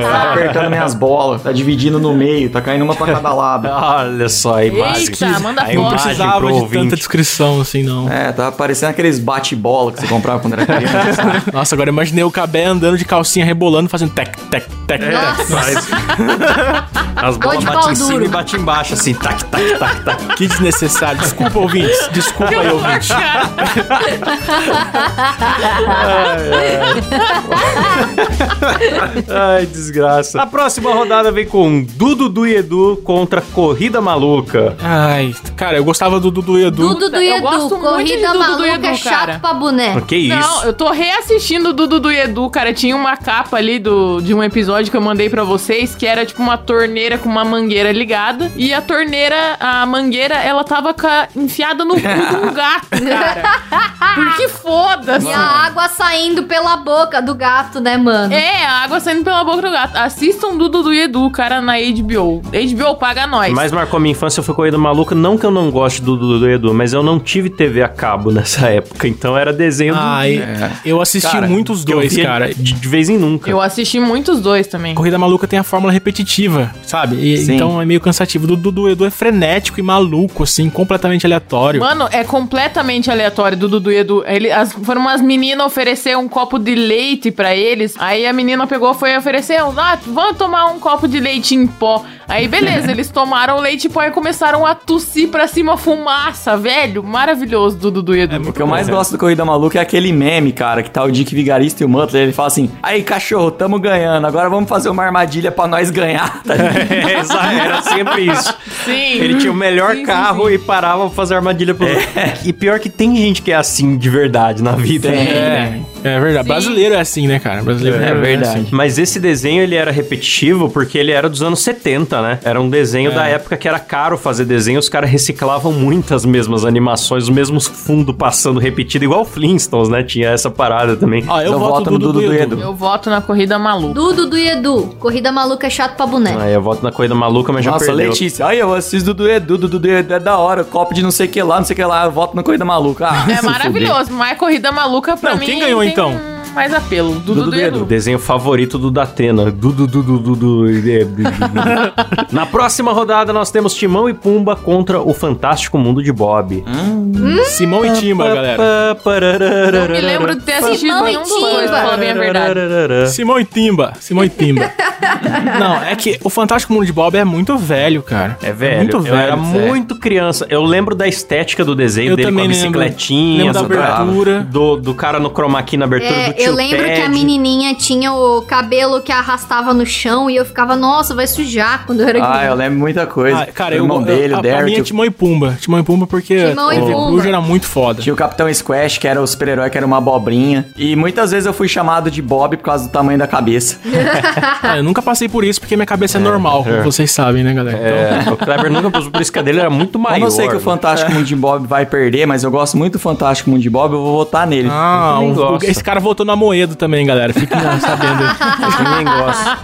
S5: Tá apertando minhas bolas, tá dividindo no meio, tá caindo uma pra cada [laughs] lado.
S1: Olha só a imagem.
S3: Eita, manda
S1: a
S3: foto.
S2: Não
S3: Imagem
S2: precisava
S1: pro
S2: de
S1: ouvinte.
S2: tanta descrição assim, não.
S5: É, tá parecendo aqueles bate-bola que você comprava quando era criança.
S2: Nossa, agora imaginei o Cabé andando de calcinha rebolando, fazendo tec, tec, tec, tec.
S1: Mas- As
S4: Ou
S1: bolas
S4: de
S1: batem
S4: pau
S1: em cima
S4: duro.
S1: e batem embaixo, assim, tac, tac, tac, tac.
S2: [laughs] Que desnecessário. Desculpa, ouvintes. Desculpa
S3: [laughs]
S2: aí, ouvintes.
S3: é-
S1: Ai, desgraça. A próxima rodada vem com Dudu do Edu contra Corrida Maluca.
S2: Ai, cara, eu gostava do Dudu e Edu.
S4: Dudu do
S3: Eu
S4: Edu,
S3: gosto muito
S4: corrida
S3: de Dudu do
S4: maluca, é
S3: Edu, cara.
S4: chato pra boné.
S1: Que isso?
S3: É. Não, eu tô reassistindo o Dudu e Edu, cara. Tinha uma capa ali do, de um episódio que eu mandei pra vocês, que era tipo uma torneira com uma mangueira ligada. E a torneira, a mangueira, ela tava ca- enfiada no cu de um gato, cara. Porque foda-se.
S4: E a água saindo pela boca do gato, né, mano?
S3: É, a água saindo pela boca do gato. Assistam Dudu e Edu, cara, na HBO. HBO paga nós.
S1: Mas marcou minha infância, foi Corrida Maluca. Não que eu não goste do Dudu do Edu, mas eu não tive TV a cabo [laughs] nessa época. Então era desenho do-
S2: Ai, eu assisti
S5: Cara,
S2: muito os
S1: que É. eu
S2: dois,
S1: via
S2: cara.
S1: De, de vez em nunca.
S3: Eu assisti muitos dois também.
S2: Corrida Maluca tem a fórmula repetitiva, sabe? E-
S5: Sim.
S2: então é meio cansativo. Do Dudu Edu é frenético e maluco, assim, completamente aleatório.
S3: Mano, é completamente aleatório do Dudu e Edu. Ele, as, foram umas meninas oferecer um copo de leite pra eles. Aí a menina pegou foi oferecer, ah, vamos tomar um copo de leite em pó. Aí beleza, eles tomaram leite em pó e começaram a tossir pra cima fumaça, velho. Maravilhoso do Dudu e Edu.
S5: O que eu mais gosto do Corrida Maluca é aquele meme, cara, que tá o Dick Vigarista e o Mutler. Ele fala assim: aí, cachorro, tamo ganhando, agora vamos fazer uma armadilha pra nós ganhar. [laughs] Tá ligado?
S1: [laughs] É, exa- era sempre isso.
S3: Sim.
S1: Ele tinha o melhor
S3: Sim, sim,
S1: carro e parava pra fazer armadilha pro E pior que tem gente que é assim de verdade na vida. né?
S2: É, é verdade.
S3: Sim.
S2: Brasileiro é assim, né, cara? Brasileiro
S1: É
S5: verdade.
S2: assim.
S1: Mas esse desenho ele era repetitivo porque ele era dos anos 70, né? Era um desenho da época que era caro fazer desenho, os caras reciclavam muitas mesmas animações, os mesmos fundos passando repetido, igual o Flintstones, né? Tinha essa parada também.
S2: Ó, eu
S5: Então
S2: voto
S5: vota
S2: no
S5: no
S2: Dudu
S5: Dudu
S2: e
S5: e
S2: Edu.
S5: Edu.
S3: Eu voto na corrida maluca.
S4: Dudu do Edu, corrida maluca, é chato pra boné.
S1: Aí eu volto na corrida maluca, mas
S5: Nossa,
S1: já perdeu.
S5: Letícia, aí eu assisto do Edu, do Dudu Edu é da hora, copo de não sei o que lá, não sei o que lá, eu voto na Corrida Maluca.
S3: [laughs]
S5: Ah,
S3: É
S5: se
S3: maravilhoso, mas corrida maluca pra
S2: Não,
S3: mim.
S2: quem ganhou,
S3: tem um
S2: então?
S3: Mais apelo. Dudu
S5: Dudu
S3: e
S5: e
S1: O
S3: Edu.
S1: desenho favorito do Datena. Du, du, du, du, du, du, é, du, du, du. Na próxima rodada, nós temos Timão e Pumba contra o Fantástico Mundo de Bob.
S2: Simão e
S1: [laughs]
S2: Timba, galera.
S3: Não me lembro de ter assistido
S4: Timão e
S3: nenhum dos dois,
S4: Timba.
S3: pra falar bem a verdade.
S2: Simão e Timba. Simão
S1: [laughs]
S2: e Timba. Não, é que o Fantástico Mundo de Bob é muito velho, cara.
S1: É velho.
S2: muito velho.
S1: Eu era
S2: sério.
S1: muito criança. Eu lembro da estética do desenho
S2: Eu
S1: dele com a
S2: também lembro.
S1: bicicletinha,
S2: Lembro da
S1: do-
S2: abertura.
S1: Do, do cara no chroma key na abertura do
S4: É,
S1: tio
S4: eu lembro que a
S1: Ted.
S4: menininha tinha o cabelo que arrastava no chão e eu ficava, nossa, vai sujar quando eu era
S5: Ah,
S4: criança.
S5: eu lembro muita coisa.
S2: Ah, cara,
S5: o
S2: eu,
S5: irmão
S2: eu,
S5: dele,
S2: a,
S5: o
S2: pra mim
S5: Derek,
S2: é
S5: o-
S2: Timão e Pumba. Timão e Pumba porque
S4: Timão e
S2: TV
S4: Pumba.
S2: Cruz era muito
S4: [laughs]
S2: foda.
S5: tinha o Capitão Squash, que era o super-herói, que era uma abobrinha. E muitas vezes eu fui chamado de Bob por causa do tamanho da cabeça.
S2: Ah, eu nunca passei por isso porque minha cabeça é, normal, como vocês sabem, né, galera?
S1: [laughs]
S2: Então,
S1: É, o Kleber nunca passou por isso, que a dele era muito maior.
S5: Como eu sei que o Fantástico Mundo de Bob vai perder, mas eu gosto muito do Fantástico Mundo de Bob, eu vou votar nele.
S2: Ah,
S1: nem
S2: o-
S1: gosto.
S2: esse cara votou na Moedo também, galera. Fiquem lá sabendo.
S4: [laughs]
S1: Ninguém gosta.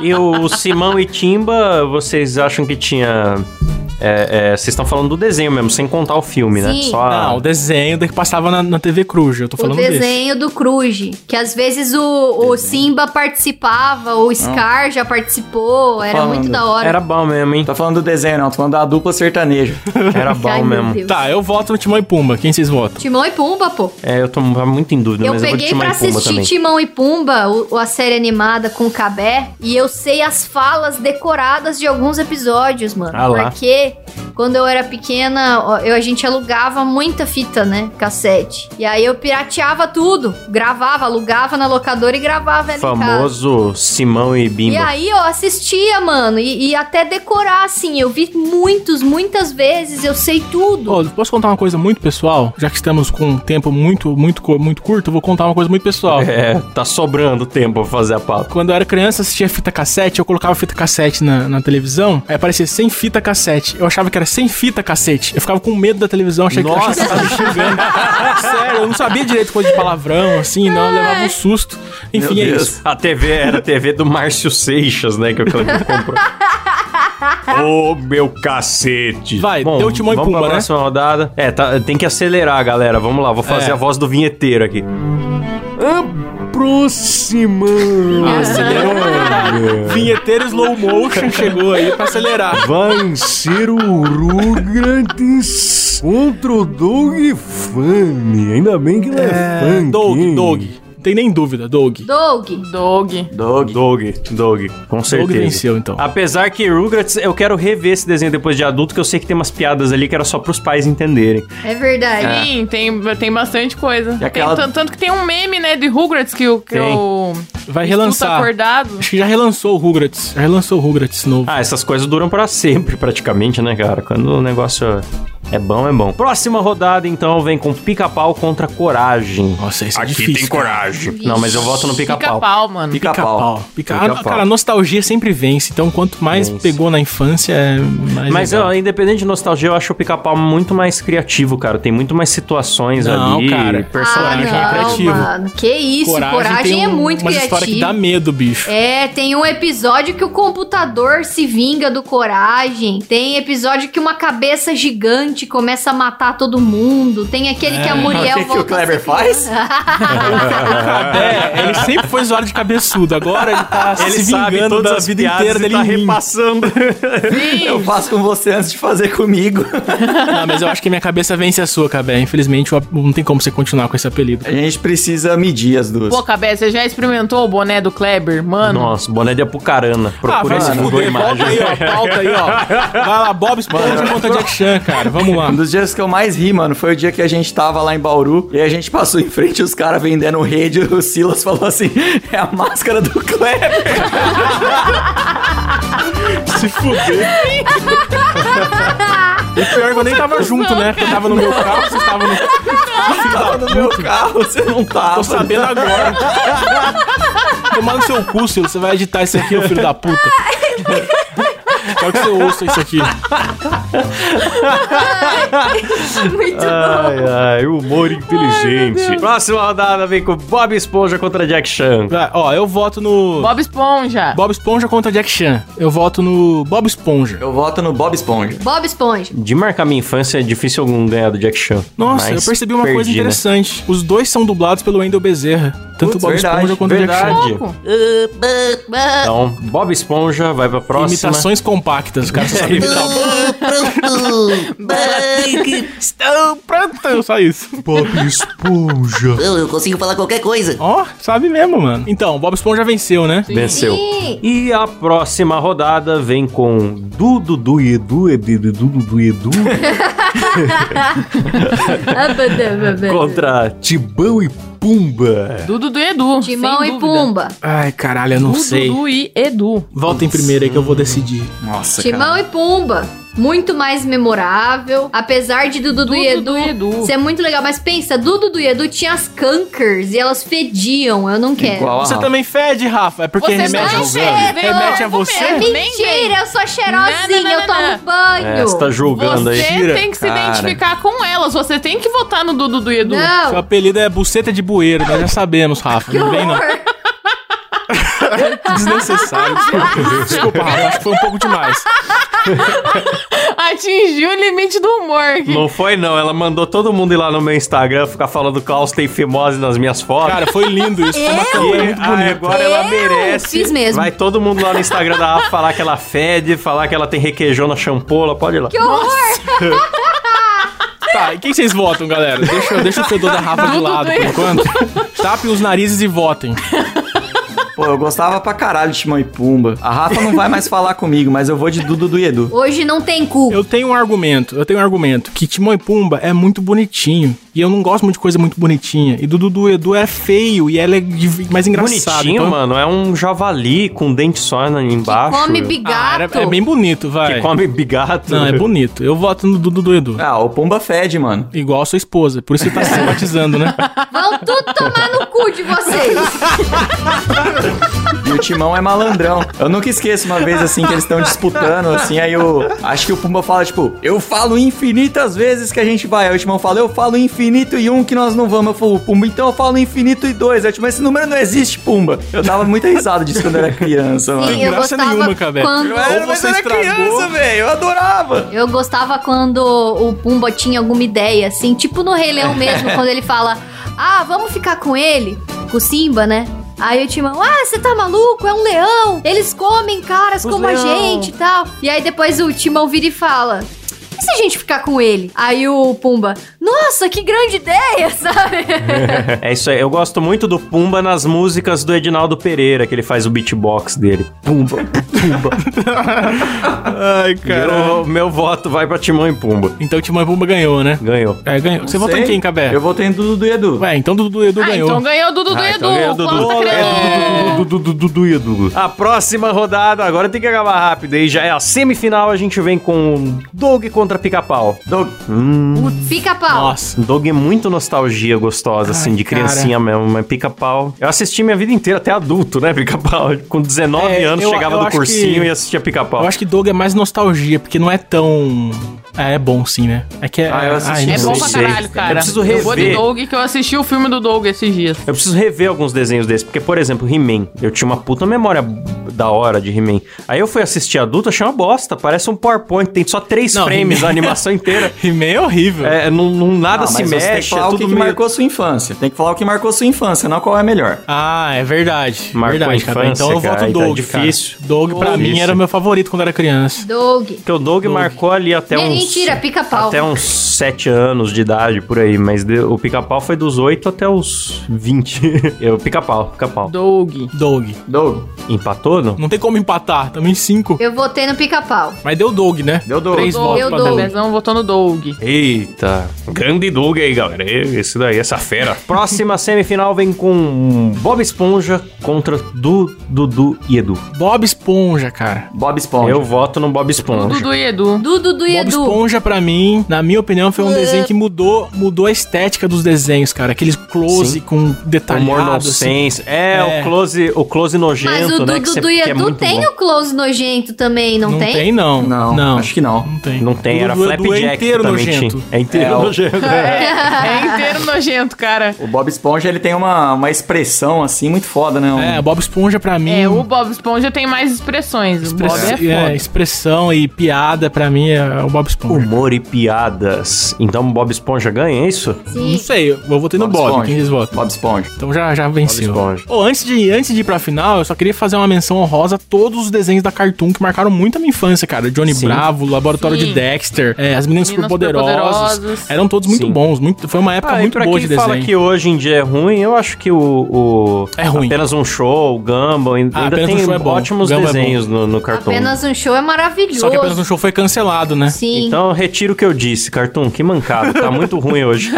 S1: E o Simão e Timba, vocês acham que tinha É, é, Vocês estão falando do desenho mesmo, sem contar o filme, né?
S4: Sim.
S1: Só
S2: Não, Ah, o desenho da que passava na, na TV Cruz, eu tô
S4: O
S2: falando desse.
S4: desenho do Cruz, que às vezes o, o Simba participava, o Scar já participou, era
S5: falando.
S4: muito da hora.
S1: Era bom mesmo,
S4: [laughs]
S1: hein?
S5: Tô falando do desenho, não. Tô falando da dupla sertaneja.
S1: Era bom
S4: Ai, meu
S1: mesmo.
S4: Deus.
S2: Tá, eu voto no Timão e Pumba. Quem vocês votam?
S4: Timão e Pumba, pô.
S1: É, eu tô muito em dúvida,
S4: Eu
S1: mas eu vou
S4: peguei
S1: te chamar
S4: pra
S1: em Pumba
S4: assistir
S1: também.
S4: Timão e Pumba, o- a série animada com o Cabé, e eu sei as falas decoradas de alguns episódios, mano.
S1: Ah lá.
S4: Porque quando eu era pequena, ó, eu, a gente alugava muita fita, né? Cassete. E aí eu pirateava tudo. Gravava, alugava na locadora e gravava ela em casa.
S1: Famoso Simão e Bimba.
S4: E aí eu assistia, mano, e, e até decorar, assim, eu vi muitos, muitas vezes, eu sei tudo.
S2: Ô, posso contar uma coisa muito pessoal? Já que estamos com um tempo muito, muito, cu- muito curto, eu vou contar uma coisa muito pessoal.
S1: É, tá sobrando tempo pra fazer a pauta.
S2: Quando eu era criança, assistia fita cassete, eu colocava fita cassete na, na televisão, aí aparecia sem fita cassete. Eu achava que era sem fita cassete. Eu ficava com medo da televisão, achei que tá
S1: Nossa! tá
S2: achava que tava xingando. Sério, eu não sabia direito coisa de palavrão, assim, não, eu levava um susto. Enfim,
S5: Meu
S2: é
S5: Deus.
S2: isso.
S1: A TV era a TV do Márcio Seixas, né? Que o Cleber [laughs] comprou. Ô, meu cacete.
S2: Vai, deu Timão e
S1: vamos
S2: Pumba,
S1: pra
S2: né?
S1: próxima rodada. É, tá- tem que acelerar, galera. Vamos lá, vou fazer
S2: É.
S1: a voz do vinheteiro aqui. Aproximando.
S2: Vinheteiro slow motion chegou aí pra acelerar.
S1: Vai ser o Rugrats contra o Dog Funny. Ainda bem que não é, funk.
S2: Dog, Dog. Não tem nem dúvida, Dog.
S4: Doug,
S3: Dog.
S1: Dog. Dog, Dog, com certeza.
S2: venceu, então.
S1: Apesar que Rugrats, eu quero rever esse desenho depois de adulto, que eu sei que tem umas piadas ali que era só pros pais entenderem.
S4: é verdade.
S3: Sim, tem, tem bastante coisa.
S5: E aquela-
S3: Tem tan- tanto que tem um meme, né, de Rugrats que o. Que
S1: Tem.
S3: o
S2: Vai
S3: Tuta
S2: relançar.
S3: acordado.
S2: Acho que já relançou o Rugrats. Já relançou o Rugrats novo.
S1: Ah, essas coisas duram pra sempre, praticamente, né, cara? Quando o negócio é bom, é bom. Próxima rodada, então, vem com pica-pau contra coragem.
S2: Nossa, isso é difícil. cara.
S1: coragem. Não, mas eu voto no pica-pau.
S3: Pica-pau, mano.
S5: Pica-pau.
S2: Pica-
S1: Pica-pau.
S2: Ah, cara, a nostalgia sempre vence. Então, quanto mais
S1: Vence.
S2: pegou na infância, é mais.
S1: Mas,
S2: legal.
S1: ó, independente de nostalgia, eu acho o pica-pau muito mais criativo, cara. Tem muito mais situações
S2: Não,
S1: ali,
S2: cara.
S1: personagem
S4: ah, não,
S1: criativo.
S4: mano. Que isso, coragem,
S2: tem
S4: é
S2: um-
S4: muito
S2: umas
S4: criativo.
S2: história que dá medo, bicho.
S4: É, tem um episódio que o computador se vinga do coragem. Tem episódio que uma cabeça gigante começa a matar todo mundo. Tem aquele que a Muriel
S5: O que que o
S4: volta a
S5: Kleber
S4: ser criança.
S3: [laughs]
S2: [laughs] É, ele sempre foi zoado de cabeçudo. Agora [laughs] ele tá se vingando da vida inteira dele
S1: tá
S2: em mim.
S1: repassando.
S5: Eu faço com você antes de fazer comigo.
S2: Não, mas eu acho que minha cabeça vence a sua, Cabé. Infelizmente, eu- não tem como você continuar com esse apelido.
S5: A gente precisa medir as duas.
S3: Pô, Cabé, você já experimentou o boné do Kleber? Mano,
S1: Nossa, boné de Apucarana. Procura
S2: Ah, vai
S1: esse
S2: se
S1: Google
S2: fuder, volta
S1: Imagens.
S2: aí, ó. Pauta aí, ó. Vai lá, Bob Esponja contra Jack Chan, cara. Vamos lá.
S5: [laughs] Um dos dias que eu mais ri, mano, foi o dia que a gente tava lá em Bauru e a gente passou em frente os caras vendendo rede. O Silas falou assim: é a máscara do Kleber.
S2: Se fuder. O pior é que eu nem tava junto, né? Porque eu tava no meu carro, vocês estavam no.
S5: tava no meu carro, você não tá, tava.
S2: Tô sabendo agora. Tomar no seu cu, Silas. Você vai editar isso aqui, ô filho da puta. Quero que você ouça isso aqui.
S4: Muito
S1: Ai, ai, humor inteligente. Próxima rodada vem com Bob Esponja contra Jack Chan.
S2: Vai, ó, eu voto no.
S3: Bob Esponja.
S2: Bob Esponja contra Jack Chan. Eu voto no Bob Esponja.
S5: Eu voto no Bob Esponja.
S4: Bob Esponja.
S1: De marcar minha infância, é difícil algum ganhar do Jack Chan.
S2: Nossa,
S1: Mas
S2: eu percebi uma coisa
S1: perdi, né?
S2: interessante. Os dois são dublados pelo Wendel Bezerra. Tanto
S5: Putz,
S2: Bob
S5: verdade,
S2: Esponja quanto Jack Chan.
S1: verdade.
S3: Pouco.
S1: Então, Bob Esponja vai pra próxima. É.
S2: Imitações compactas, cara. Só sabe imitar. Estou pronto, é só isso.
S7: Bob Esponja.
S8: Eu, eu consigo falar qualquer coisa.
S2: Ó, sabe mesmo, mano. Então, Bob Esponja venceu, né?
S1: Venceu.
S4: Ih,
S1: E a próxima rodada vem com Dudu du, e Edu, Edu, Edu, Dudu e Edu
S4: ah,
S1: [laughs]
S4: abadabada.
S1: contra Tibão e Pumba.
S3: Dudu do Edu.
S4: Timão
S3: sem
S4: e
S3: dúvida.
S4: Pumba.
S2: Ai, caralho, eu não
S3: Dudu Dudu e Edu.
S2: Volta em primeiro aí que eu vou decidir.
S5: Nossa,
S4: Timão e Pumba. Muito mais memorável. Apesar de Dudu, e Edu
S3: Dudu e Edu.
S4: ser muito legal. Mas pensa, Dudu e Edu tinha as cankers e elas fediam. Eu não quero.
S5: Igual a
S2: Você
S5: Rafa.
S2: também fede, Rafa? É porque
S3: Você
S2: remete
S3: também
S2: ao
S4: fede,
S2: velho? Remete a
S3: eu vou
S2: você?
S4: É
S3: mesmo. Nem vem.
S4: mentira, eu sou cheirosinha,
S3: Não, não, não,
S4: eu tomo
S3: não.
S4: banho.
S1: É, você tá julgando
S3: Você
S1: aí.
S2: Mentira.
S3: tem que se
S5: Cara.
S3: identificar com elas. Você tem que votar no Dudu do Edu.
S2: Seu
S4: Não,
S2: apelido é buceta de bueiro, nós já sabemos, Rafa.
S4: que
S2: Não vem, não.
S4: horror.
S2: Desnecessário. Desculpa, desculpa Rafa, acho que foi um pouco demais.
S3: Atingiu o limite do humor aqui.
S1: Não foi, não. Ela mandou todo mundo ir lá no meu Instagram ficar falando que o Klaus tem fimose nas minhas fotos.
S2: Cara, foi lindo isso. Foi uma campanha
S1: e
S2: muito
S1: ah,
S2: bonita.
S1: agora ela
S4: Eu
S1: merece.
S4: fiz mesmo.
S1: Vai todo mundo lá no Instagram da Rafa falar que ela fede, falar que ela tem requeijão na champola. Pode ir lá.
S4: Que horror!
S2: Tá, e quem vocês votam, galera? Deixa, deixa o fedor da Rafa de lado por enquanto. Tapem os narizes e votem.
S5: Pô, eu gostava pra caralho de Timão e Pumba. A Rafa não vai mais falar comigo, mas eu vou de Dudu do Edu.
S4: Hoje não tem cu.
S2: Eu tenho um argumento, eu tenho um argumento. Que Timão e Pumba é muito bonitinho. E eu não gosto muito de coisa muito bonitinha. E Dudu do Edu é feio e ela é div- mais engraçado.
S1: Bonitinho,
S2: então-
S1: mano. É um javali com dente só na- embaixo.
S2: Ah,
S4: Come
S2: era-
S4: bigato.
S2: é bem bonito, vai.
S1: Que come bigato.
S2: Não, é bonito. Eu voto no Dudu do Edu.
S5: Ah, o Pumba fede, mano.
S2: Igual a sua esposa. Por isso que tá se batizando, né?
S4: Vão tudo tomar no cu de vocês.
S5: E o Timão é malandrão. Eu nunca esqueço uma vez, assim, que eles estão disputando, assim, aí o... Acho que o Pumba fala, tipo, eu falo infinitas vezes que a gente vai. Aí o Timão fala, eu falo infinito e um que nós não vamos. Eu falo, Pumba, então eu falo infinito e dois. Aí o Timão, esse número não existe, Pumba. Eu dava muita risada disso quando eu era criança, mano.
S4: Sim, eu
S2: graça
S4: gostava
S2: nenhuma, cara, velho.
S4: quando...
S5: Eu era,
S2: Ou
S5: mas
S2: você
S5: eu era
S2: estragou.
S5: criança, velho. Eu adorava.
S4: Eu gostava quando o Pumba tinha alguma ideia, assim, tipo no
S1: [laughs]
S4: Rei Leão mesmo, quando ele fala: Ah, vamos ficar com ele, com o Simba, né? Aí o Timão, ah, você tá maluco? É um leão! Eles comem caras
S1: Os
S4: como
S1: Um leão.
S4: a gente e tal. E aí depois o Timão vira e fala. E se a gente ficar com ele? Aí o Pumba, nossa, que grande ideia, [laughs] sabe?
S1: [laughs] É isso aí. Eu gosto muito do Pumba nas músicas do Edinaldo Pereira, que ele faz o beatbox dele. Pumba, Pumba.
S2: Ai,
S1: Meu, meu voto vai pra Timão e Pumba.
S2: Então Timão e Pumba ganhou, né?
S1: Ganhou.
S2: É, ganhou. Você votou em
S5: Sei.
S2: quem, Cabé?
S5: Eu votei em Dudu do Edu.
S2: Ué, então Dudu do Edu
S3: Ah,
S2: ganhou.
S3: então ganhou o Dudu do
S1: Ah,
S3: Edu.
S1: então ganhou o
S3: o Klaus tá
S1: Dudu.
S3: querendo-
S1: Dudu e Edu. A próxima rodada, agora tem que acabar rápido. E já é a semifinal, a gente vem com Doug contra Pica-Pau. Doug.
S4: Fica pau.
S2: Nossa.
S1: Doug é muito nostalgia gostosa, assim,
S2: Ai,
S1: de criancinha mesmo, mas pica-pau. Eu assisti minha vida inteira, até adulto, né? Pica-pau. [laughs] Com 19
S2: É,
S1: anos,
S2: eu-
S1: chegava
S2: eu
S1: do
S2: acho
S1: cursinho
S2: que-
S1: e assistia
S2: Eu
S1: pica-pau.
S2: acho que Doug é mais nostalgia, porque não é tão. É, é bom sim, né? É que é.
S5: Ah, eu assisti.
S2: não
S3: É
S1: Eu
S3: bom
S2: sei.
S3: pra
S1: sei.
S3: caralho, cara.
S1: Eu preciso
S3: Eu vou de
S1: rever.
S3: Doug, que eu assisti o filme do Doug esses dias.
S1: Eu preciso rever alguns desenhos desses, porque, por exemplo, He-Man. Eu tinha uma puta memória da hora de He-Man. Aí eu fui assistir adulto, achei uma bosta. Parece um PowerPoint, tem só três
S2: Não,
S1: frames
S2: He-Man-
S1: a
S2: [laughs]
S1: animação inteira.
S2: He-Man é horrível.
S1: É, não, não- nada
S5: Ah,
S1: se
S5: mas você tem que
S1: mexe, é
S5: falar o
S1: tudo
S5: que, que
S1: meio...
S5: marcou sua infância. Tem que falar o que marcou sua infância, não qual é melhor.
S2: Ah, é verdade.
S1: Marcou
S2: verdade,
S1: a
S2: cara. Então eu
S1: infância,
S2: voto
S1: cara,
S2: em Doug.
S1: tá difícil.
S2: Cara. Doug, pra mim,
S1: Difícil.
S2: era meu favorito quando era criança.
S4: Doug.
S1: Porque o Doug, marcou ali até uns...
S4: Mentira, pica pau.
S1: Até uns 7 anos de idade, por aí. Mas de- o pica-pau foi dos 8 até os 20. [laughs] Eu, pica-pau, pica-pau.
S3: Doug.
S2: Doug.
S5: Doug,
S1: Empatou, não?
S2: Não tem como empatar, também cinco.
S4: Eu votei no pica-pau.
S2: Mas deu Doug, né?
S5: Deu Doug.
S2: Três
S3: Dou-
S2: votos
S4: eu
S2: pra
S4: dou.
S2: Doug.
S3: Pezão votou no Doug.
S1: Eita, grande Doug aí, galera. Esse daí, essa fera. Próxima semifinal vem com Bob Esponja contra Du, Dudu e Edu.
S2: Bob Esponja, cara.
S5: Bob Esponja.
S1: Eu voto no Bob
S3: O
S1: Esponja.
S3: Dudu e Edu.
S4: Dudu do
S2: Bob
S4: Edu.
S2: Esponja, pra mim, na minha opinião, foi um
S4: É.
S2: desenho que mudou, mudou a estética dos desenhos, cara. Aqueles
S1: Sim.
S2: close com
S4: tá
S1: Humor
S2: detalhado, assim.
S1: nonsense. É,
S2: É.
S1: o close, o close nojento,
S4: Mas o
S1: né?
S4: Dudu
S1: que cê-
S4: do
S1: que é
S4: Edu
S1: muito
S4: tem
S1: bom.
S4: o close nojento também, não,
S2: Não tem,
S4: tem?
S2: não.
S5: Não, acho que não.
S2: Não tem.
S1: Não tem,
S2: O
S1: era
S2: do Edu
S1: Flapjack
S2: É inteiro
S1: também
S2: nojento.
S1: tinha. É inteiro
S5: É, o-
S1: nojento. né?
S4: [laughs]
S3: É inteiro nojento, cara.
S5: O Bob Esponja, ele tem uma, uma expressão, assim, muito foda, né? Um-
S2: É, Bob Esponja pra mim.
S1: Hum.
S3: É, o Bob Esponja tem mais expressões. O Bob é
S2: express- é, expressão e piada pra mim é o Bob Esponja.
S1: [laughs] Humor e piadas. Então Bob Esponja ganha, é isso?
S2: Não
S4: Sim.
S2: sei, eu vou ter no Bob,
S5: Um Esponja.
S2: quem eles votam.
S5: Bob Esponja.
S2: Então já, já venceu.
S1: Bob Esponja.
S2: Ô, antes, de, antes de ir pra final, eu só queria fazer uma menção honrosa a todos os desenhos da Cartoon que marcaram muito a minha infância, cara. Johnny
S1: Sim.
S2: Bravo, Laboratório
S3: Sim.
S2: de Dexter, é, As Meninas
S3: Meninas
S2: Superpoderosas.
S3: Superpoderosas.
S2: Eram todos muito
S1: Sim.
S2: bons. Muito, foi uma época
S1: Ah, e
S2: Tá muito
S1: pra
S2: boa
S1: quem
S2: de
S1: fala
S2: desenho.
S1: que hoje em dia é ruim, eu acho que o, o-
S2: É ruim.
S1: apenas um show, o Gumball, ainda
S2: Ah, Apenas um
S1: tem
S2: Show é bom.
S1: ótimos
S2: Gumball é
S1: desenhos no, no Cartoon.
S4: Apenas um show é maravilhoso.
S2: Só que apenas no show foi cancelado, né?
S4: Sim.
S1: Então eu retiro o que eu disse, Cartoon, que mancada, tá muito ruim
S2: [laughs]
S1: hoje.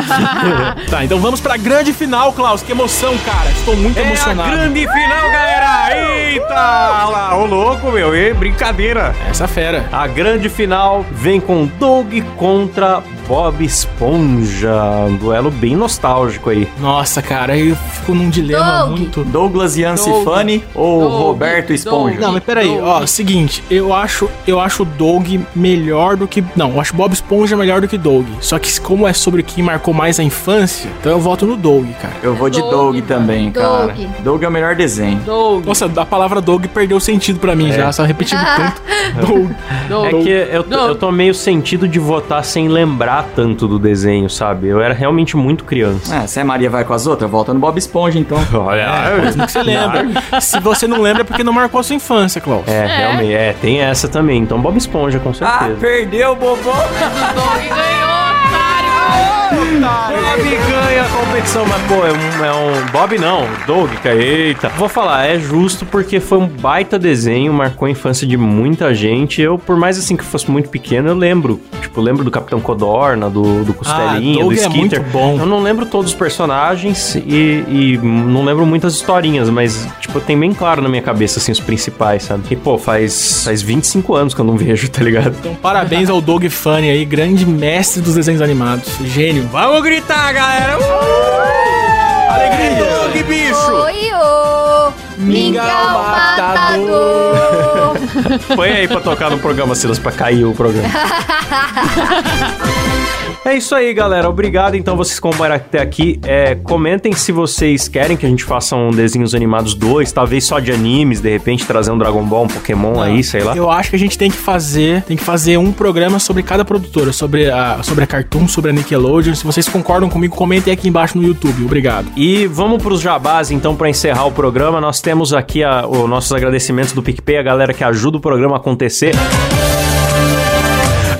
S2: Tá, então vamos pra grande final, Klaus. Que emoção, cara. Estou muito emocionado.
S1: É final, galera! Eita! Olha lá, ô louco, meu, e brincadeira.
S2: Essa é fera.
S1: A grande final vem com Doug contra Bob Esponja. Um duelo bem nostálgico aí.
S2: Nossa, cara, aí eu fico num dilema
S4: Doug.
S2: muito.
S5: Douglas Iancifani ou
S3: Doug,
S5: Roberto Esponja?
S2: Não, mas peraí,
S3: Doug.
S2: ó, seguinte, eu acho, eu acho o Doug melhor do que. Não, eu acho Bob Esponja melhor do que Doug. Só que como é sobre quem marcou mais a infância, então eu voto no Doug, cara.
S5: Eu vou de Doug,
S3: Doug,
S5: também,
S4: Doug.
S5: cara. Doug é o melhor desenho.
S3: Doug,
S2: Nossa, a palavra Doug perdeu o sentido pra mim já, só repetindo tanto. Doug.
S1: É
S3: Doug.
S1: que eu, tô-
S3: Doug.
S1: eu tô meio sentido de votar sem lembrar tanto do desenho, sabe? Eu era realmente muito criança.
S5: Ah, se a Maria vai com as outras, volta no Bob Esponja, então.
S1: É. Olha,
S2: Mesmo É, que
S1: [laughs]
S2: você lembra. Se você não lembra, é porque não marcou a sua infância, Klaus.
S1: é, realmente, é, tem essa também. Então Bob Esponja, com
S5: Ah,
S1: certeza.
S5: perdeu, bobão!
S3: O Doug ganhou, otário.
S1: Bob ganha a competição, mas pô, é um, é um- Bob não, Doug, cara, eita. Vou falar, é justo porque foi um baita desenho, marcou a infância de muita gente. Eu, por mais assim que eu fosse muito pequeno, eu lembro. Tipo, lembro do Capitão Codorna, do, do Costelinha, do
S2: Doug é
S1: Skitter.
S2: muito bom.
S1: Eu não lembro todos os personagens e, e não lembro muitas historinhas, mas, tipo, tem bem claro na minha cabeça, assim, os principais, sabe? E, pô, faz, faz 25 anos que eu não vejo, [laughs] tá ligado?
S2: Então, parabéns ao Doug Funny aí, grande mestre dos desenhos animados. Gênio. Vamos gritar, galera! Uh! Alegria! Doug, bicho!
S4: Oi, ô, Mingau [laughs] Matador.
S1: Põe aí pra tocar no programa, Silas, pra cair o programa. [laughs] É isso aí, galera. Obrigado. Então, vocês comparem até aqui. É, comentem se vocês querem que a gente faça um desenhos animados 2, talvez só de animes, de repente trazer um Dragon Ball, um Pokémon aí, sei lá.
S2: Eu acho que a gente tem que fazer, tem que fazer um programa sobre cada produtora, sobre a, sobre a Cartoon, sobre a Nickelodeon. Se vocês concordam comigo, comentem aqui embaixo no YouTube. Obrigado.
S1: E vamos pros jabás, então, pra encerrar o programa. Nós temos aqui a- os nossos agradecimentos do PicPay, a galera que ajuda o programa a acontecer.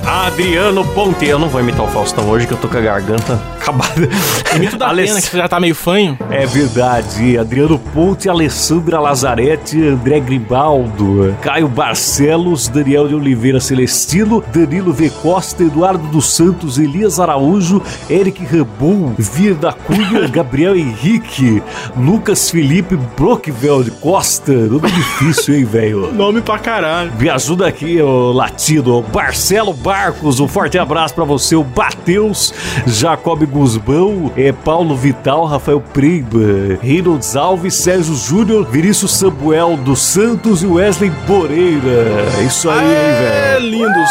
S1: Adriano Ponte. Eu não vou imitar o Faustão hoje, que eu tô com a garganta [laughs] acabada.
S2: Imito da
S1: Aless-
S2: Atena, que você já tá meio fanho.
S1: É verdade. Adriano Ponte, Alessandra Lazarete, André Gribaldo, Caio Barcelos, Daniel de Oliveira Celestino, Danilo V. Costa, Eduardo dos Santos, Elias Araújo, Eric Ramon, Vir da [laughs] Cunha, Gabriel Henrique, Lucas Felipe Brockveld Costa. Nome difícil, hein, velho?
S2: Nome pra caralho.
S1: Me ajuda aqui, ô Latido. Marcelo Barcos, um forte abraço pra você. O Bateus, Jacob Guzmão, é, Paulo Vital, Rafael Prima, Reynolds Alves, Sérgio Júnior, Vinícius Samuel dos Santos e Wesley Boreira. É isso aí,
S2: É,
S1: velho.
S2: lindos.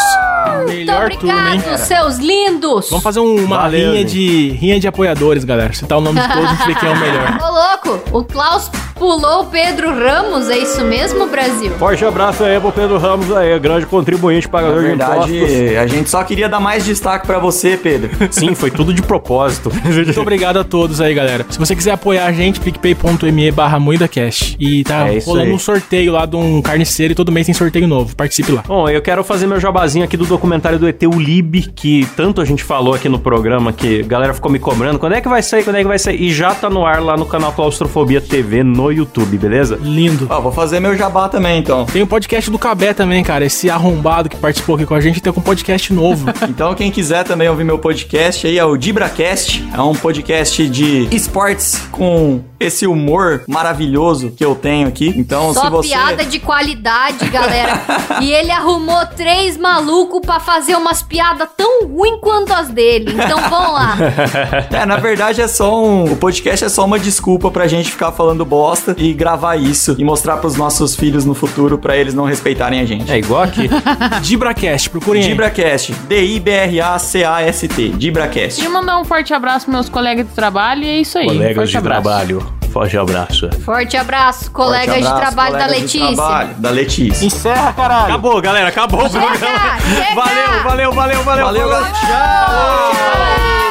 S4: Muito
S2: Melhor turma, hein?
S4: obrigado, seus lindos.
S2: Vamos fazer um, uma
S1: Valeu,
S2: linha
S1: gente.
S2: de rinha de apoiadores, galera. Citar o nome de todos e ver quem é o melhor.
S4: [laughs] Ô, louco, o Klaus pulou o Pedro Ramos, é isso mesmo, Brasil?
S1: Forte abraço aí pro Pedro Ramos aí, grande contribuinte,
S5: Na
S1: pagador de impostos.
S5: É verdade, a gente só queria dar mais destaque pra você, Pedro.
S1: Sim, foi tudo de propósito.
S2: Muito obrigado a todos aí, galera. Se você quiser apoiar a gente, picpay.me barra MoidaCast. E tá
S1: É isso
S2: rolando
S1: aí.
S2: um sorteio lá de um carniceiro e todo mês tem sorteio novo. Participe lá.
S1: Bom, eu quero fazer meu jabazinho aqui do documentário do ET Ulib, que tanto a gente falou aqui no programa, que a galera ficou me cobrando, quando é que vai sair, quando é que vai sair, e já tá no ar lá no canal Claustrofobia TV no YouTube, beleza?
S2: Lindo.
S5: Ó, vou fazer meu jabá também, então.
S2: Tem o podcast do Cabé também, cara. Esse arrombado que participou aqui com a gente tem um podcast
S1: [laughs]
S2: novo.
S5: Então, quem quiser também ouvir meu podcast aí é o DibraCast. É um podcast de esportes com esse humor maravilhoso que eu tenho aqui. Então, se
S4: Só
S5: você.
S4: piada de qualidade,
S2: [laughs]
S4: galera. e ele arrumou três malucos pra fazer umas piadas tão ruins quanto as dele. Então
S2: [laughs]
S4: vão lá.
S5: É, na verdade é só um. O podcast é só uma desculpa pra gente ficar falando bosta e gravar isso e mostrar pros nossos filhos no futuro pra eles não respeitarem a gente.
S1: É igual aqui.
S2: DibraCast, procurem aí.
S5: DibraCast, D-I-B-R-A-C-A-S-T, DibraCast.
S3: Queria mandar um forte abraço pros meus colegas de trabalho e é isso [laughs] aí. Forte abraço.
S1: Forte abraço.
S4: Forte abraço,
S5: Forte
S4: colegas
S5: abraço,
S4: de trabalho da
S5: colegas de
S4: Letícia.
S5: trabalho da Letícia.
S2: Encerra, caralho.
S1: Acabou, galera, acabou o programa.
S2: [laughs]
S4: Chega, chega.
S1: Valeu, valeu, valeu, valeu.
S5: Valeu,
S1: falou.
S5: galera. Tchau!
S4: Valeu.